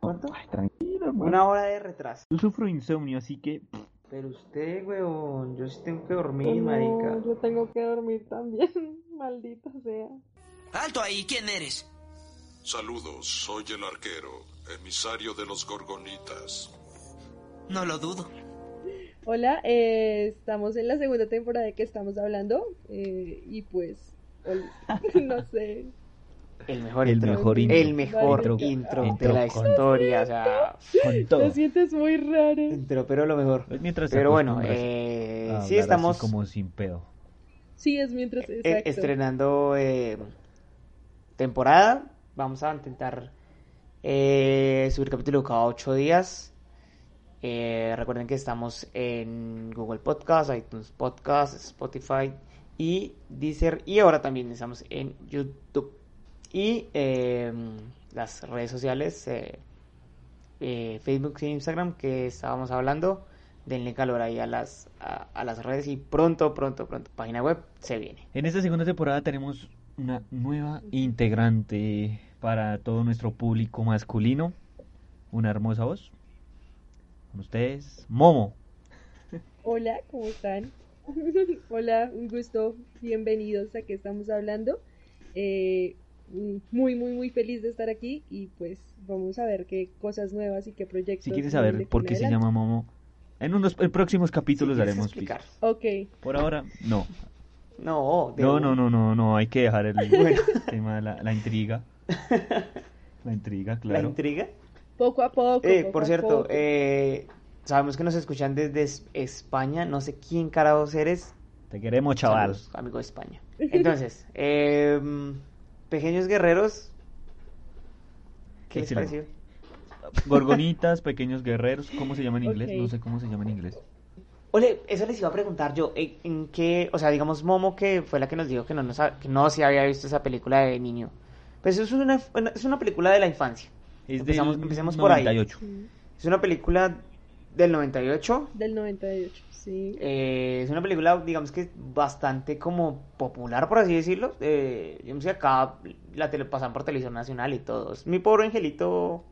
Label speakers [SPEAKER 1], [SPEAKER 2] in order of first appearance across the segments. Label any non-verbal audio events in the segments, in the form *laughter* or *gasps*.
[SPEAKER 1] ¿Cuánto?
[SPEAKER 2] Ay, tranquilo, weón.
[SPEAKER 1] Una hora de retraso.
[SPEAKER 2] Yo sufro insomnio, así que. pff,
[SPEAKER 1] Pero usted, weón, yo sí tengo que dormir,
[SPEAKER 3] Pues no,
[SPEAKER 1] marica.
[SPEAKER 3] yo tengo que dormir también, *laughs* maldita sea.
[SPEAKER 4] ¡Alto ahí! ¿Quién eres?
[SPEAKER 5] Saludos, soy el arquero, emisario de los gorgonitas.
[SPEAKER 4] No lo dudo.
[SPEAKER 3] Hola, eh, estamos en la segunda temporada de que estamos hablando eh, y pues, ol- *laughs* no sé,
[SPEAKER 1] El mejor
[SPEAKER 2] El
[SPEAKER 1] intro.
[SPEAKER 2] mejor intro.
[SPEAKER 1] El mejor
[SPEAKER 3] Intro.
[SPEAKER 1] intro
[SPEAKER 2] Intro
[SPEAKER 1] de la
[SPEAKER 2] con-
[SPEAKER 1] historia, o sea,
[SPEAKER 2] Con
[SPEAKER 3] lo
[SPEAKER 2] todo. Pues
[SPEAKER 3] sientes muy raro.
[SPEAKER 1] intro, pero lo mejor.
[SPEAKER 2] Mientras te
[SPEAKER 1] Pero bueno,
[SPEAKER 2] acostumbras a
[SPEAKER 1] eh,
[SPEAKER 2] hablar
[SPEAKER 1] sí
[SPEAKER 2] así
[SPEAKER 1] estamos
[SPEAKER 2] como sin pedo.
[SPEAKER 3] Sí, es mientras,
[SPEAKER 1] eh,
[SPEAKER 3] exacto.
[SPEAKER 1] estrenando eh, temporada. Vamos a intentar eh, subir capítulo cada ocho días. Eh, recuerden que estamos en Google Podcast, iTunes Podcast, Spotify y Deezer. Y ahora también estamos en YouTube. Y eh, las redes sociales, eh, eh, Facebook e Instagram que estábamos hablando. Denle calor ahí a las, a, a las redes y pronto, pronto, pronto. Página web se viene.
[SPEAKER 2] En esta segunda temporada tenemos una nueva integrante para todo nuestro público masculino. Una hermosa voz. Con ustedes, Momo.
[SPEAKER 3] Hola, ¿cómo están? *laughs* Hola, un gusto, bienvenidos a que estamos hablando. Eh, muy, muy, muy feliz de estar aquí y pues vamos a ver qué cosas nuevas y qué proyectos.
[SPEAKER 2] Si quieren
[SPEAKER 3] vienen de
[SPEAKER 2] saber por
[SPEAKER 3] aquí
[SPEAKER 2] qué
[SPEAKER 3] en
[SPEAKER 2] se
[SPEAKER 3] adelante.
[SPEAKER 2] llama Momo, en unos en próximos capítulos
[SPEAKER 1] Sí, tienes que
[SPEAKER 2] daremos
[SPEAKER 1] explicar.
[SPEAKER 2] pistas.
[SPEAKER 3] Ok,
[SPEAKER 2] Por ahora, no.
[SPEAKER 1] No, de
[SPEAKER 2] No,
[SPEAKER 1] una.
[SPEAKER 2] no, no, no, no, hay que dejar el
[SPEAKER 1] *laughs* Bueno.
[SPEAKER 2] tema, la, la intriga. La intriga,
[SPEAKER 1] La
[SPEAKER 2] claro.
[SPEAKER 1] intriga.
[SPEAKER 3] poco a poco.
[SPEAKER 1] Eh,
[SPEAKER 3] poco
[SPEAKER 1] por
[SPEAKER 3] a
[SPEAKER 1] cierto,
[SPEAKER 3] poco.
[SPEAKER 1] eh, sabemos que nos escuchan desde es- España. No sé quién carajo eres.
[SPEAKER 2] Te queremos, chaval.
[SPEAKER 1] Saludos, amigo de España. Entonces, *laughs* eh, pequeños guerreros. ¿Qué les
[SPEAKER 2] Excelente.
[SPEAKER 1] pareció?
[SPEAKER 2] *laughs* Gorgonitas, pequeños guerreros, ¿cómo se llama en inglés?
[SPEAKER 3] Ok.
[SPEAKER 2] No sé cómo se llama en inglés.
[SPEAKER 1] Ole, eso les iba a preguntar yo. ¿En, en qué? O sea, digamos, Momo, que fue la que nos dijo que no, nos ha- que no se había visto esa película de niño. Pues es una, una- es una película de la infancia.
[SPEAKER 2] Es
[SPEAKER 1] Empezamos-
[SPEAKER 2] del
[SPEAKER 1] empecemos por ahí.
[SPEAKER 2] 98.
[SPEAKER 1] Es una película del 98.
[SPEAKER 3] Del 98, sí.
[SPEAKER 1] Eh, es una película, digamos que bastante como popular, por así decirlo. Eh, digamos que acá la tele, pasan por televisión nacional y todo. Es Mi pobre angelito.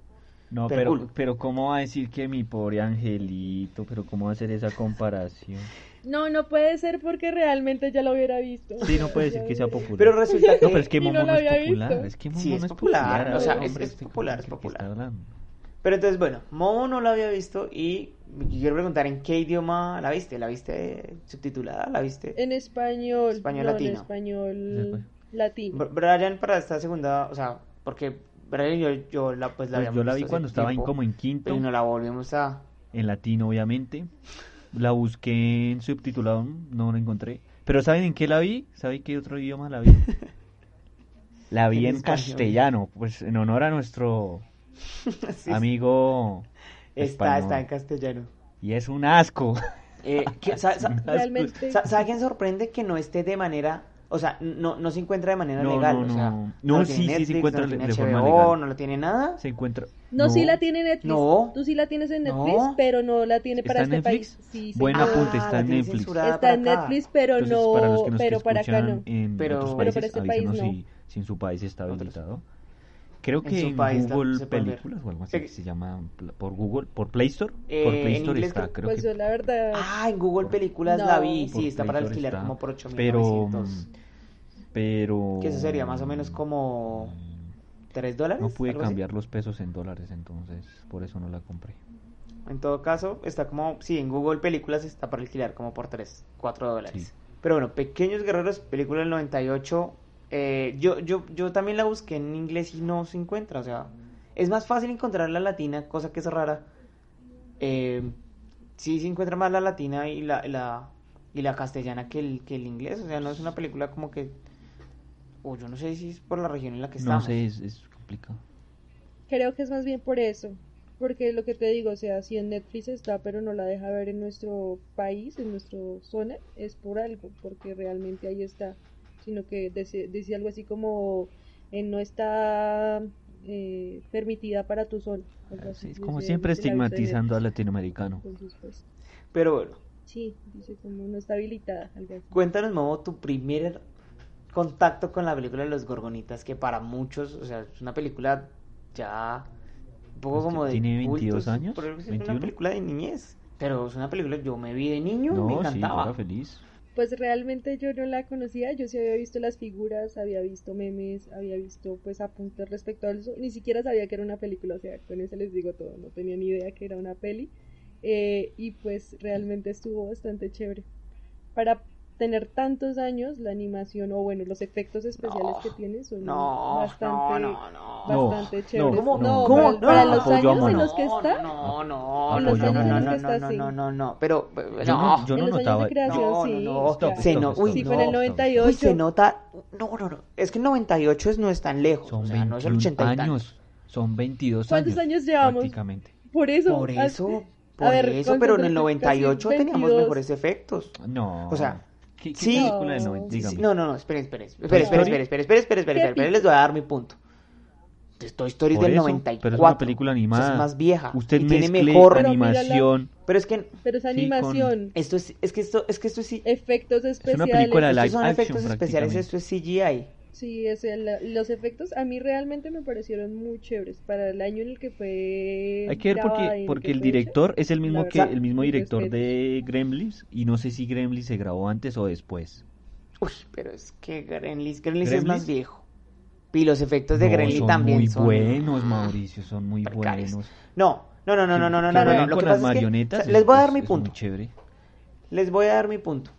[SPEAKER 2] No,
[SPEAKER 1] Pero
[SPEAKER 2] pero,
[SPEAKER 1] cool.
[SPEAKER 2] pero ¿cómo va a decir que mi pobre angelito? Pero ¿cómo va a hacer esa comparación?
[SPEAKER 3] No, no puede ser porque realmente ya lo hubiera visto.
[SPEAKER 2] Sí, no
[SPEAKER 3] *laughs*
[SPEAKER 2] puede decir que sea
[SPEAKER 3] Ya lo hubiera-
[SPEAKER 2] popular.
[SPEAKER 1] Pero resulta que...
[SPEAKER 2] *laughs* No, pero es que
[SPEAKER 3] Y no
[SPEAKER 2] Momo
[SPEAKER 3] lo
[SPEAKER 2] no es
[SPEAKER 3] había
[SPEAKER 2] popular.
[SPEAKER 3] visto.
[SPEAKER 2] Es que Momo
[SPEAKER 1] Sí,
[SPEAKER 2] no
[SPEAKER 1] es
[SPEAKER 2] es
[SPEAKER 1] popular,
[SPEAKER 2] popular.
[SPEAKER 3] o sea,
[SPEAKER 2] hombre,
[SPEAKER 1] es- es
[SPEAKER 2] este
[SPEAKER 1] popular, es
[SPEAKER 2] ¿de qué
[SPEAKER 1] popular.
[SPEAKER 2] está hablando? Pues
[SPEAKER 1] Pero entonces, bueno, Momo no la había visto y quiero preguntar en qué idioma la viste. ¿La viste subtitulada? ¿La viste?
[SPEAKER 3] En español.
[SPEAKER 1] Español
[SPEAKER 3] no, en
[SPEAKER 1] latino.
[SPEAKER 3] español latino.
[SPEAKER 1] Br- Brian para esta segunda, o sea, porque Brian y yo, yo la, pues la
[SPEAKER 2] Pues yo
[SPEAKER 1] habíamos
[SPEAKER 2] la
[SPEAKER 1] visto
[SPEAKER 2] vi
[SPEAKER 1] hace
[SPEAKER 2] cuando estaba en
[SPEAKER 1] tiempo,
[SPEAKER 2] como en quinto,
[SPEAKER 1] Y no la volvimos a...
[SPEAKER 2] en latino obviamente. La busqué en subtitulado, no la encontré. Pero ¿saben en qué la vi? ¿Saben qué otro idioma la vi? *laughs* La vi
[SPEAKER 1] En
[SPEAKER 2] en
[SPEAKER 1] español.
[SPEAKER 2] castellano, pues en honor a nuestro
[SPEAKER 1] Sí,
[SPEAKER 2] amigo
[SPEAKER 1] está,
[SPEAKER 2] español.
[SPEAKER 1] *laughs* está en castellano.
[SPEAKER 2] Y es un asco.
[SPEAKER 1] Eh,
[SPEAKER 2] *laughs*
[SPEAKER 1] ¿qué- sa- sa-
[SPEAKER 3] Realmente.
[SPEAKER 1] Sa- ¿Sabe quién sorprende que no esté de manera, o sea, no, no se encuentra de manera
[SPEAKER 2] No,
[SPEAKER 1] legal?
[SPEAKER 2] no,
[SPEAKER 1] o sea,
[SPEAKER 2] no.
[SPEAKER 1] lo
[SPEAKER 2] No,
[SPEAKER 1] tiene
[SPEAKER 2] sí, sí se
[SPEAKER 1] Netflix,
[SPEAKER 2] encuentra
[SPEAKER 1] no lo tiene
[SPEAKER 2] de forma
[SPEAKER 1] HBO,
[SPEAKER 2] legal.
[SPEAKER 1] no lo tiene nada.
[SPEAKER 2] Se encuentra.
[SPEAKER 3] No, sí la tiene Netflix.
[SPEAKER 1] No.
[SPEAKER 3] Tú sí la tienes en
[SPEAKER 1] No.
[SPEAKER 3] Netflix, pero no la tiene
[SPEAKER 2] ¿Está
[SPEAKER 3] para
[SPEAKER 2] en
[SPEAKER 3] este
[SPEAKER 2] Netflix?
[SPEAKER 3] país. Sí,
[SPEAKER 2] Buen
[SPEAKER 3] señor.
[SPEAKER 2] apunte, está
[SPEAKER 1] Ah, la
[SPEAKER 2] en
[SPEAKER 1] tiene
[SPEAKER 2] Netflix.
[SPEAKER 1] censurada
[SPEAKER 3] Está
[SPEAKER 1] para
[SPEAKER 3] en
[SPEAKER 1] acá.
[SPEAKER 3] Netflix, pero
[SPEAKER 2] Entonces,
[SPEAKER 3] no,
[SPEAKER 2] para los que nos
[SPEAKER 3] pero para acá
[SPEAKER 2] escuchan eh,
[SPEAKER 3] no.
[SPEAKER 2] en
[SPEAKER 1] Pero-
[SPEAKER 2] otros
[SPEAKER 1] Pero
[SPEAKER 2] países,
[SPEAKER 3] para este país
[SPEAKER 2] avísenos
[SPEAKER 3] no.
[SPEAKER 2] si, si en su país está
[SPEAKER 1] Otros.
[SPEAKER 2] habilitado. Creo
[SPEAKER 1] En
[SPEAKER 2] que
[SPEAKER 1] su
[SPEAKER 2] en,
[SPEAKER 1] país la-
[SPEAKER 2] Google
[SPEAKER 1] se puede ver.
[SPEAKER 2] Películas o algo así
[SPEAKER 1] Eh,
[SPEAKER 2] que se llama pl- por Google, por Play Store,
[SPEAKER 1] Eh,
[SPEAKER 2] por Play
[SPEAKER 1] en
[SPEAKER 2] Store
[SPEAKER 1] inglés
[SPEAKER 2] está,
[SPEAKER 1] creo-
[SPEAKER 2] creo
[SPEAKER 3] Pues
[SPEAKER 2] que
[SPEAKER 3] yo la verdad.
[SPEAKER 1] Ah, en Google
[SPEAKER 2] Por-
[SPEAKER 1] Películas la vi,
[SPEAKER 2] por
[SPEAKER 1] sí, está
[SPEAKER 2] Play
[SPEAKER 1] para
[SPEAKER 2] Store
[SPEAKER 1] alquilar
[SPEAKER 2] está.
[SPEAKER 1] como por 8 mil
[SPEAKER 2] pero mm, pero
[SPEAKER 1] Que eso sería más o menos como 3 dólares.
[SPEAKER 2] no pude
[SPEAKER 1] algo así.
[SPEAKER 2] cambiar los pesos en dólares, entonces por eso no la compré.
[SPEAKER 1] En todo caso, está como, sí, en Google Películas está para alquilar como por 3, 4 dólares.
[SPEAKER 2] Sí.
[SPEAKER 1] Pero bueno, Pequeños Guerreros, película del 98. eh, yo, yo, yo también la busqué en inglés y no se encuentra. O sea, es más fácil encontrar la latina, cosa que es rara. Eh, sí se encuentra más la latina y la, la- y la castellana que el, que el inglés. O sea, no es una película como que... O yo no sé si es por la región en la que
[SPEAKER 2] No
[SPEAKER 1] estamos.
[SPEAKER 2] sé, es, es complicado.
[SPEAKER 3] Creo que es más bien por eso. Porque lo que te digo, o sea, si en Netflix está, pero no la deja ver en nuestro país, en nuestra zona, es por algo, porque realmente ahí está. Sino que dice, dice algo así como, eh, no está eh, permitida para tu zona. algo así,
[SPEAKER 2] Es Ah, como
[SPEAKER 3] dice-
[SPEAKER 2] siempre
[SPEAKER 3] dice la usa de
[SPEAKER 2] estigmatizando al
[SPEAKER 3] Netflix.
[SPEAKER 2] latinoamericano.
[SPEAKER 3] Entonces, pues,
[SPEAKER 1] Pero bueno,
[SPEAKER 3] sí, dice como no está habilitada, algo así.
[SPEAKER 1] Cuéntanos, Momo, tu primer contacto con la película de los Gorgonitas, que para muchos, o sea, es una película ya Un poco como de.
[SPEAKER 2] Pues ¿Tiene 22
[SPEAKER 1] cultos,
[SPEAKER 2] años?
[SPEAKER 1] pero es una
[SPEAKER 2] 21.
[SPEAKER 1] película de niñez. Pero es una película que yo me vi de niño y me
[SPEAKER 2] No, sí, yo
[SPEAKER 1] encantaba.
[SPEAKER 2] era feliz.
[SPEAKER 3] Pues realmente yo no la conocía, yo sí había visto las figuras, había visto memes, había visto pues apuntes respecto a eso, ni siquiera sabía que era una película, o sea, con eso les digo todo, no tenía ni idea que era una peli, eh, y pues realmente estuvo bastante chévere. Para tener tantos años, la animación, o bueno, los efectos especiales
[SPEAKER 1] No,
[SPEAKER 3] que tiene son
[SPEAKER 1] No, no,
[SPEAKER 3] bastante...
[SPEAKER 1] no, no.
[SPEAKER 2] No,
[SPEAKER 3] Bastante
[SPEAKER 2] no,
[SPEAKER 3] chéveres.
[SPEAKER 2] ¿cómo?
[SPEAKER 3] No,
[SPEAKER 2] ¿Cómo?
[SPEAKER 3] para, para
[SPEAKER 2] No,
[SPEAKER 3] los
[SPEAKER 2] apoyo a
[SPEAKER 3] años en
[SPEAKER 2] Mono.
[SPEAKER 3] los que está,
[SPEAKER 1] No, no, no,
[SPEAKER 2] Apoyo
[SPEAKER 1] no,
[SPEAKER 2] a
[SPEAKER 1] no,
[SPEAKER 2] Mono.
[SPEAKER 1] no,
[SPEAKER 3] Está
[SPEAKER 1] no,
[SPEAKER 3] así.
[SPEAKER 1] no, no, no. Pero, eh,
[SPEAKER 2] Yo
[SPEAKER 1] no.
[SPEAKER 2] no, yo
[SPEAKER 3] en
[SPEAKER 2] no
[SPEAKER 3] los años de
[SPEAKER 2] notaba.
[SPEAKER 3] creación,
[SPEAKER 1] No,
[SPEAKER 3] sí,
[SPEAKER 1] no, no,
[SPEAKER 2] Stop,
[SPEAKER 1] se
[SPEAKER 2] stop,
[SPEAKER 1] no-
[SPEAKER 2] stop,
[SPEAKER 1] uy,
[SPEAKER 3] Sí,
[SPEAKER 2] stop,
[SPEAKER 3] fue en el
[SPEAKER 2] stop, stop.
[SPEAKER 3] 98.
[SPEAKER 1] Uy, se nota. No, no, no. Es que 98 no es tan lejos.
[SPEAKER 2] Son
[SPEAKER 1] o sea, no es el
[SPEAKER 2] 21
[SPEAKER 1] 80 y tantos.
[SPEAKER 2] años. Son 22
[SPEAKER 3] ¿Cuántos
[SPEAKER 2] años.
[SPEAKER 3] años llevamos?
[SPEAKER 2] Prácticamente.
[SPEAKER 3] Por eso.
[SPEAKER 1] Por
[SPEAKER 3] ah,
[SPEAKER 1] eso,
[SPEAKER 3] a
[SPEAKER 1] por
[SPEAKER 3] ver,
[SPEAKER 1] eso. Pero en el
[SPEAKER 3] concéntrate, casi
[SPEAKER 1] 98 teníamos
[SPEAKER 3] 22.
[SPEAKER 1] mejores efectos.
[SPEAKER 2] No.
[SPEAKER 1] O sea,
[SPEAKER 2] ¿qué, qué
[SPEAKER 1] sí.
[SPEAKER 2] película de noven-
[SPEAKER 3] No.
[SPEAKER 1] Sí,
[SPEAKER 2] Dígame.
[SPEAKER 1] No, no, no, esperen, esperen,
[SPEAKER 2] Story?
[SPEAKER 1] esperen, esperen, esperen, esperen, esperen, esperen, esperen,
[SPEAKER 3] Qué
[SPEAKER 1] esperen, les voy a dar mi punto. Toy Story es
[SPEAKER 2] Por
[SPEAKER 1] del
[SPEAKER 2] eso,
[SPEAKER 1] 94.
[SPEAKER 2] Pero es una película
[SPEAKER 1] o sea,
[SPEAKER 2] animada.
[SPEAKER 1] es más vieja.
[SPEAKER 2] Usted
[SPEAKER 1] y tiene
[SPEAKER 2] mezcle
[SPEAKER 1] mejor.
[SPEAKER 3] Pero mírala.
[SPEAKER 2] animación.
[SPEAKER 1] Pero es que
[SPEAKER 3] Pero es
[SPEAKER 2] Sí, con-
[SPEAKER 3] animación,
[SPEAKER 1] esto es, es que esto, es que esto es, estos
[SPEAKER 3] efectos especiales.
[SPEAKER 2] película Eh, live action,
[SPEAKER 1] son efectos especiales,
[SPEAKER 2] prácticamente.
[SPEAKER 1] esto es CGI.
[SPEAKER 3] Sí, es el- los efectos a mí realmente me parecieron muy chéveres para el año en el que fue.
[SPEAKER 2] Hay que ver
[SPEAKER 3] grabada,
[SPEAKER 2] porque,
[SPEAKER 3] en
[SPEAKER 2] porque
[SPEAKER 3] que
[SPEAKER 2] el
[SPEAKER 3] fue hecha.
[SPEAKER 2] director es el mismo
[SPEAKER 3] la
[SPEAKER 2] que
[SPEAKER 3] verdad,
[SPEAKER 2] el mismo
[SPEAKER 3] mis
[SPEAKER 2] director
[SPEAKER 3] respetos.
[SPEAKER 2] de Gremlins y no sé si Gremlins se grabó antes o después.
[SPEAKER 1] Uy, pero es que Gremlins, Gremlins, es
[SPEAKER 2] ¿Gremlins?
[SPEAKER 1] más viejo. Y los efectos de
[SPEAKER 2] No,
[SPEAKER 1] Gremlins
[SPEAKER 2] son
[SPEAKER 1] también
[SPEAKER 2] muy
[SPEAKER 1] son
[SPEAKER 2] buenos, Mauricio, son muy
[SPEAKER 1] precarios.
[SPEAKER 2] buenos.
[SPEAKER 1] No, no, no, no, no, no, no,
[SPEAKER 2] Que
[SPEAKER 1] no, no,
[SPEAKER 2] juegan
[SPEAKER 1] Lo
[SPEAKER 2] con
[SPEAKER 1] que
[SPEAKER 2] las
[SPEAKER 1] pasa es que
[SPEAKER 2] marionetas
[SPEAKER 1] o sea, les voy a
[SPEAKER 2] es- pues
[SPEAKER 1] dar mi
[SPEAKER 2] es muy
[SPEAKER 1] punto.
[SPEAKER 2] chévere.
[SPEAKER 1] Les voy a dar mi punto.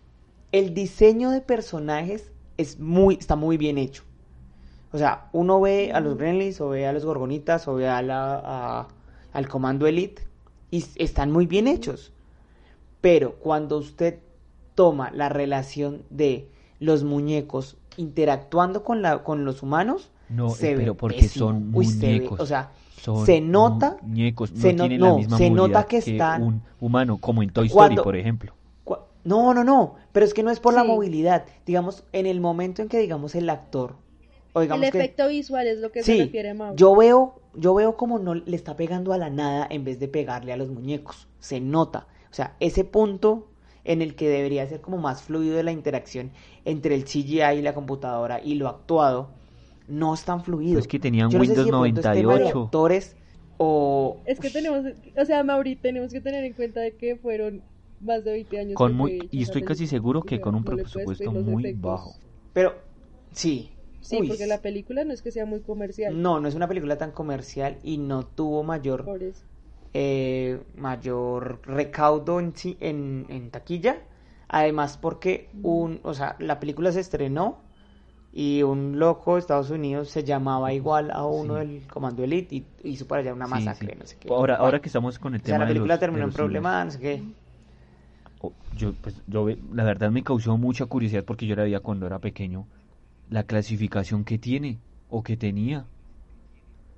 [SPEAKER 1] El diseño de personajes es muy, está muy bien hecho. O sea, uno ve a los Gremlins, o ve a los Gorgonitas, o ve a la- a- al Comando Elite, y s- están muy bien hechos. Pero cuando usted toma la relación de los muñecos interactuando con, la, con los humanos,
[SPEAKER 2] No, eh,
[SPEAKER 1] se ve
[SPEAKER 2] pero porque
[SPEAKER 1] pésimo.
[SPEAKER 2] son
[SPEAKER 1] Uy, se ve-
[SPEAKER 2] muñecos.
[SPEAKER 1] o sea,
[SPEAKER 2] Son
[SPEAKER 1] se nota,
[SPEAKER 2] muñecos, no
[SPEAKER 1] se no-
[SPEAKER 2] tienen
[SPEAKER 1] no,
[SPEAKER 2] la misma
[SPEAKER 1] se nota
[SPEAKER 2] movilidad
[SPEAKER 1] que están-
[SPEAKER 2] un humano como en Toy Story,
[SPEAKER 1] Cuando-
[SPEAKER 2] por ejemplo.
[SPEAKER 1] Cua- No, no, no, pero es que no es por la
[SPEAKER 3] Sí.
[SPEAKER 1] movilidad. Digamos, en el momento en que digamos el actor, o
[SPEAKER 3] El
[SPEAKER 1] digamos que...
[SPEAKER 3] efecto visual es lo que se
[SPEAKER 1] sí,
[SPEAKER 3] refiere Mauro.
[SPEAKER 1] yo veo, yo veo como no le está pegando a la nada en vez de pegarle a los muñecos. Se nota. O sea, ese punto en el que debería ser como más fluido la interacción entre el CGI y la computadora y lo actuado, no es tan fluido.
[SPEAKER 2] Pero es Pues que tenían
[SPEAKER 1] Yo no sé si
[SPEAKER 2] Windows
[SPEAKER 1] de pronto este es tema de
[SPEAKER 2] 98.
[SPEAKER 1] actores o...
[SPEAKER 3] Es que tenemos, o sea, Mauri, tenemos que tener en cuenta de que fueron más de 20 años.
[SPEAKER 2] Con
[SPEAKER 3] que
[SPEAKER 2] muy-
[SPEAKER 3] fue hecha
[SPEAKER 2] y
[SPEAKER 3] esa
[SPEAKER 2] estoy casi
[SPEAKER 3] película.
[SPEAKER 2] seguro
[SPEAKER 3] O
[SPEAKER 2] que
[SPEAKER 3] sea,
[SPEAKER 2] con un
[SPEAKER 3] no le puedes
[SPEAKER 2] presupuesto
[SPEAKER 3] pedir los
[SPEAKER 2] muy
[SPEAKER 3] efectos.
[SPEAKER 2] bajo.
[SPEAKER 1] Pero sí.
[SPEAKER 3] Sí,
[SPEAKER 1] Uy,
[SPEAKER 3] porque la película no es que sea muy comercial.
[SPEAKER 1] No, no es una película tan comercial y no tuvo mayor,
[SPEAKER 3] Por eso.
[SPEAKER 1] eh, mayor recaudo en, sí- en, en taquilla. Además, porque un, o sea, la película se estrenó y un loco de Estados Unidos se llamaba igual a uno
[SPEAKER 2] Sí.
[SPEAKER 1] del Comando Elite y hizo para allá una
[SPEAKER 2] Sí,
[SPEAKER 1] masacre,
[SPEAKER 2] sí.
[SPEAKER 1] no sé qué.
[SPEAKER 2] Ahora,
[SPEAKER 1] Bueno,
[SPEAKER 2] ahora que estamos con el
[SPEAKER 1] o
[SPEAKER 2] tema
[SPEAKER 1] sea, la
[SPEAKER 2] de
[SPEAKER 1] película
[SPEAKER 2] los- de
[SPEAKER 1] terminó en
[SPEAKER 2] los cines.
[SPEAKER 1] problemas, no sé qué.
[SPEAKER 2] Oh, Yo, pues, yo, ve- la verdad me causó mucha curiosidad porque yo la veía cuando era pequeño. La clasificación que tiene o que tenía.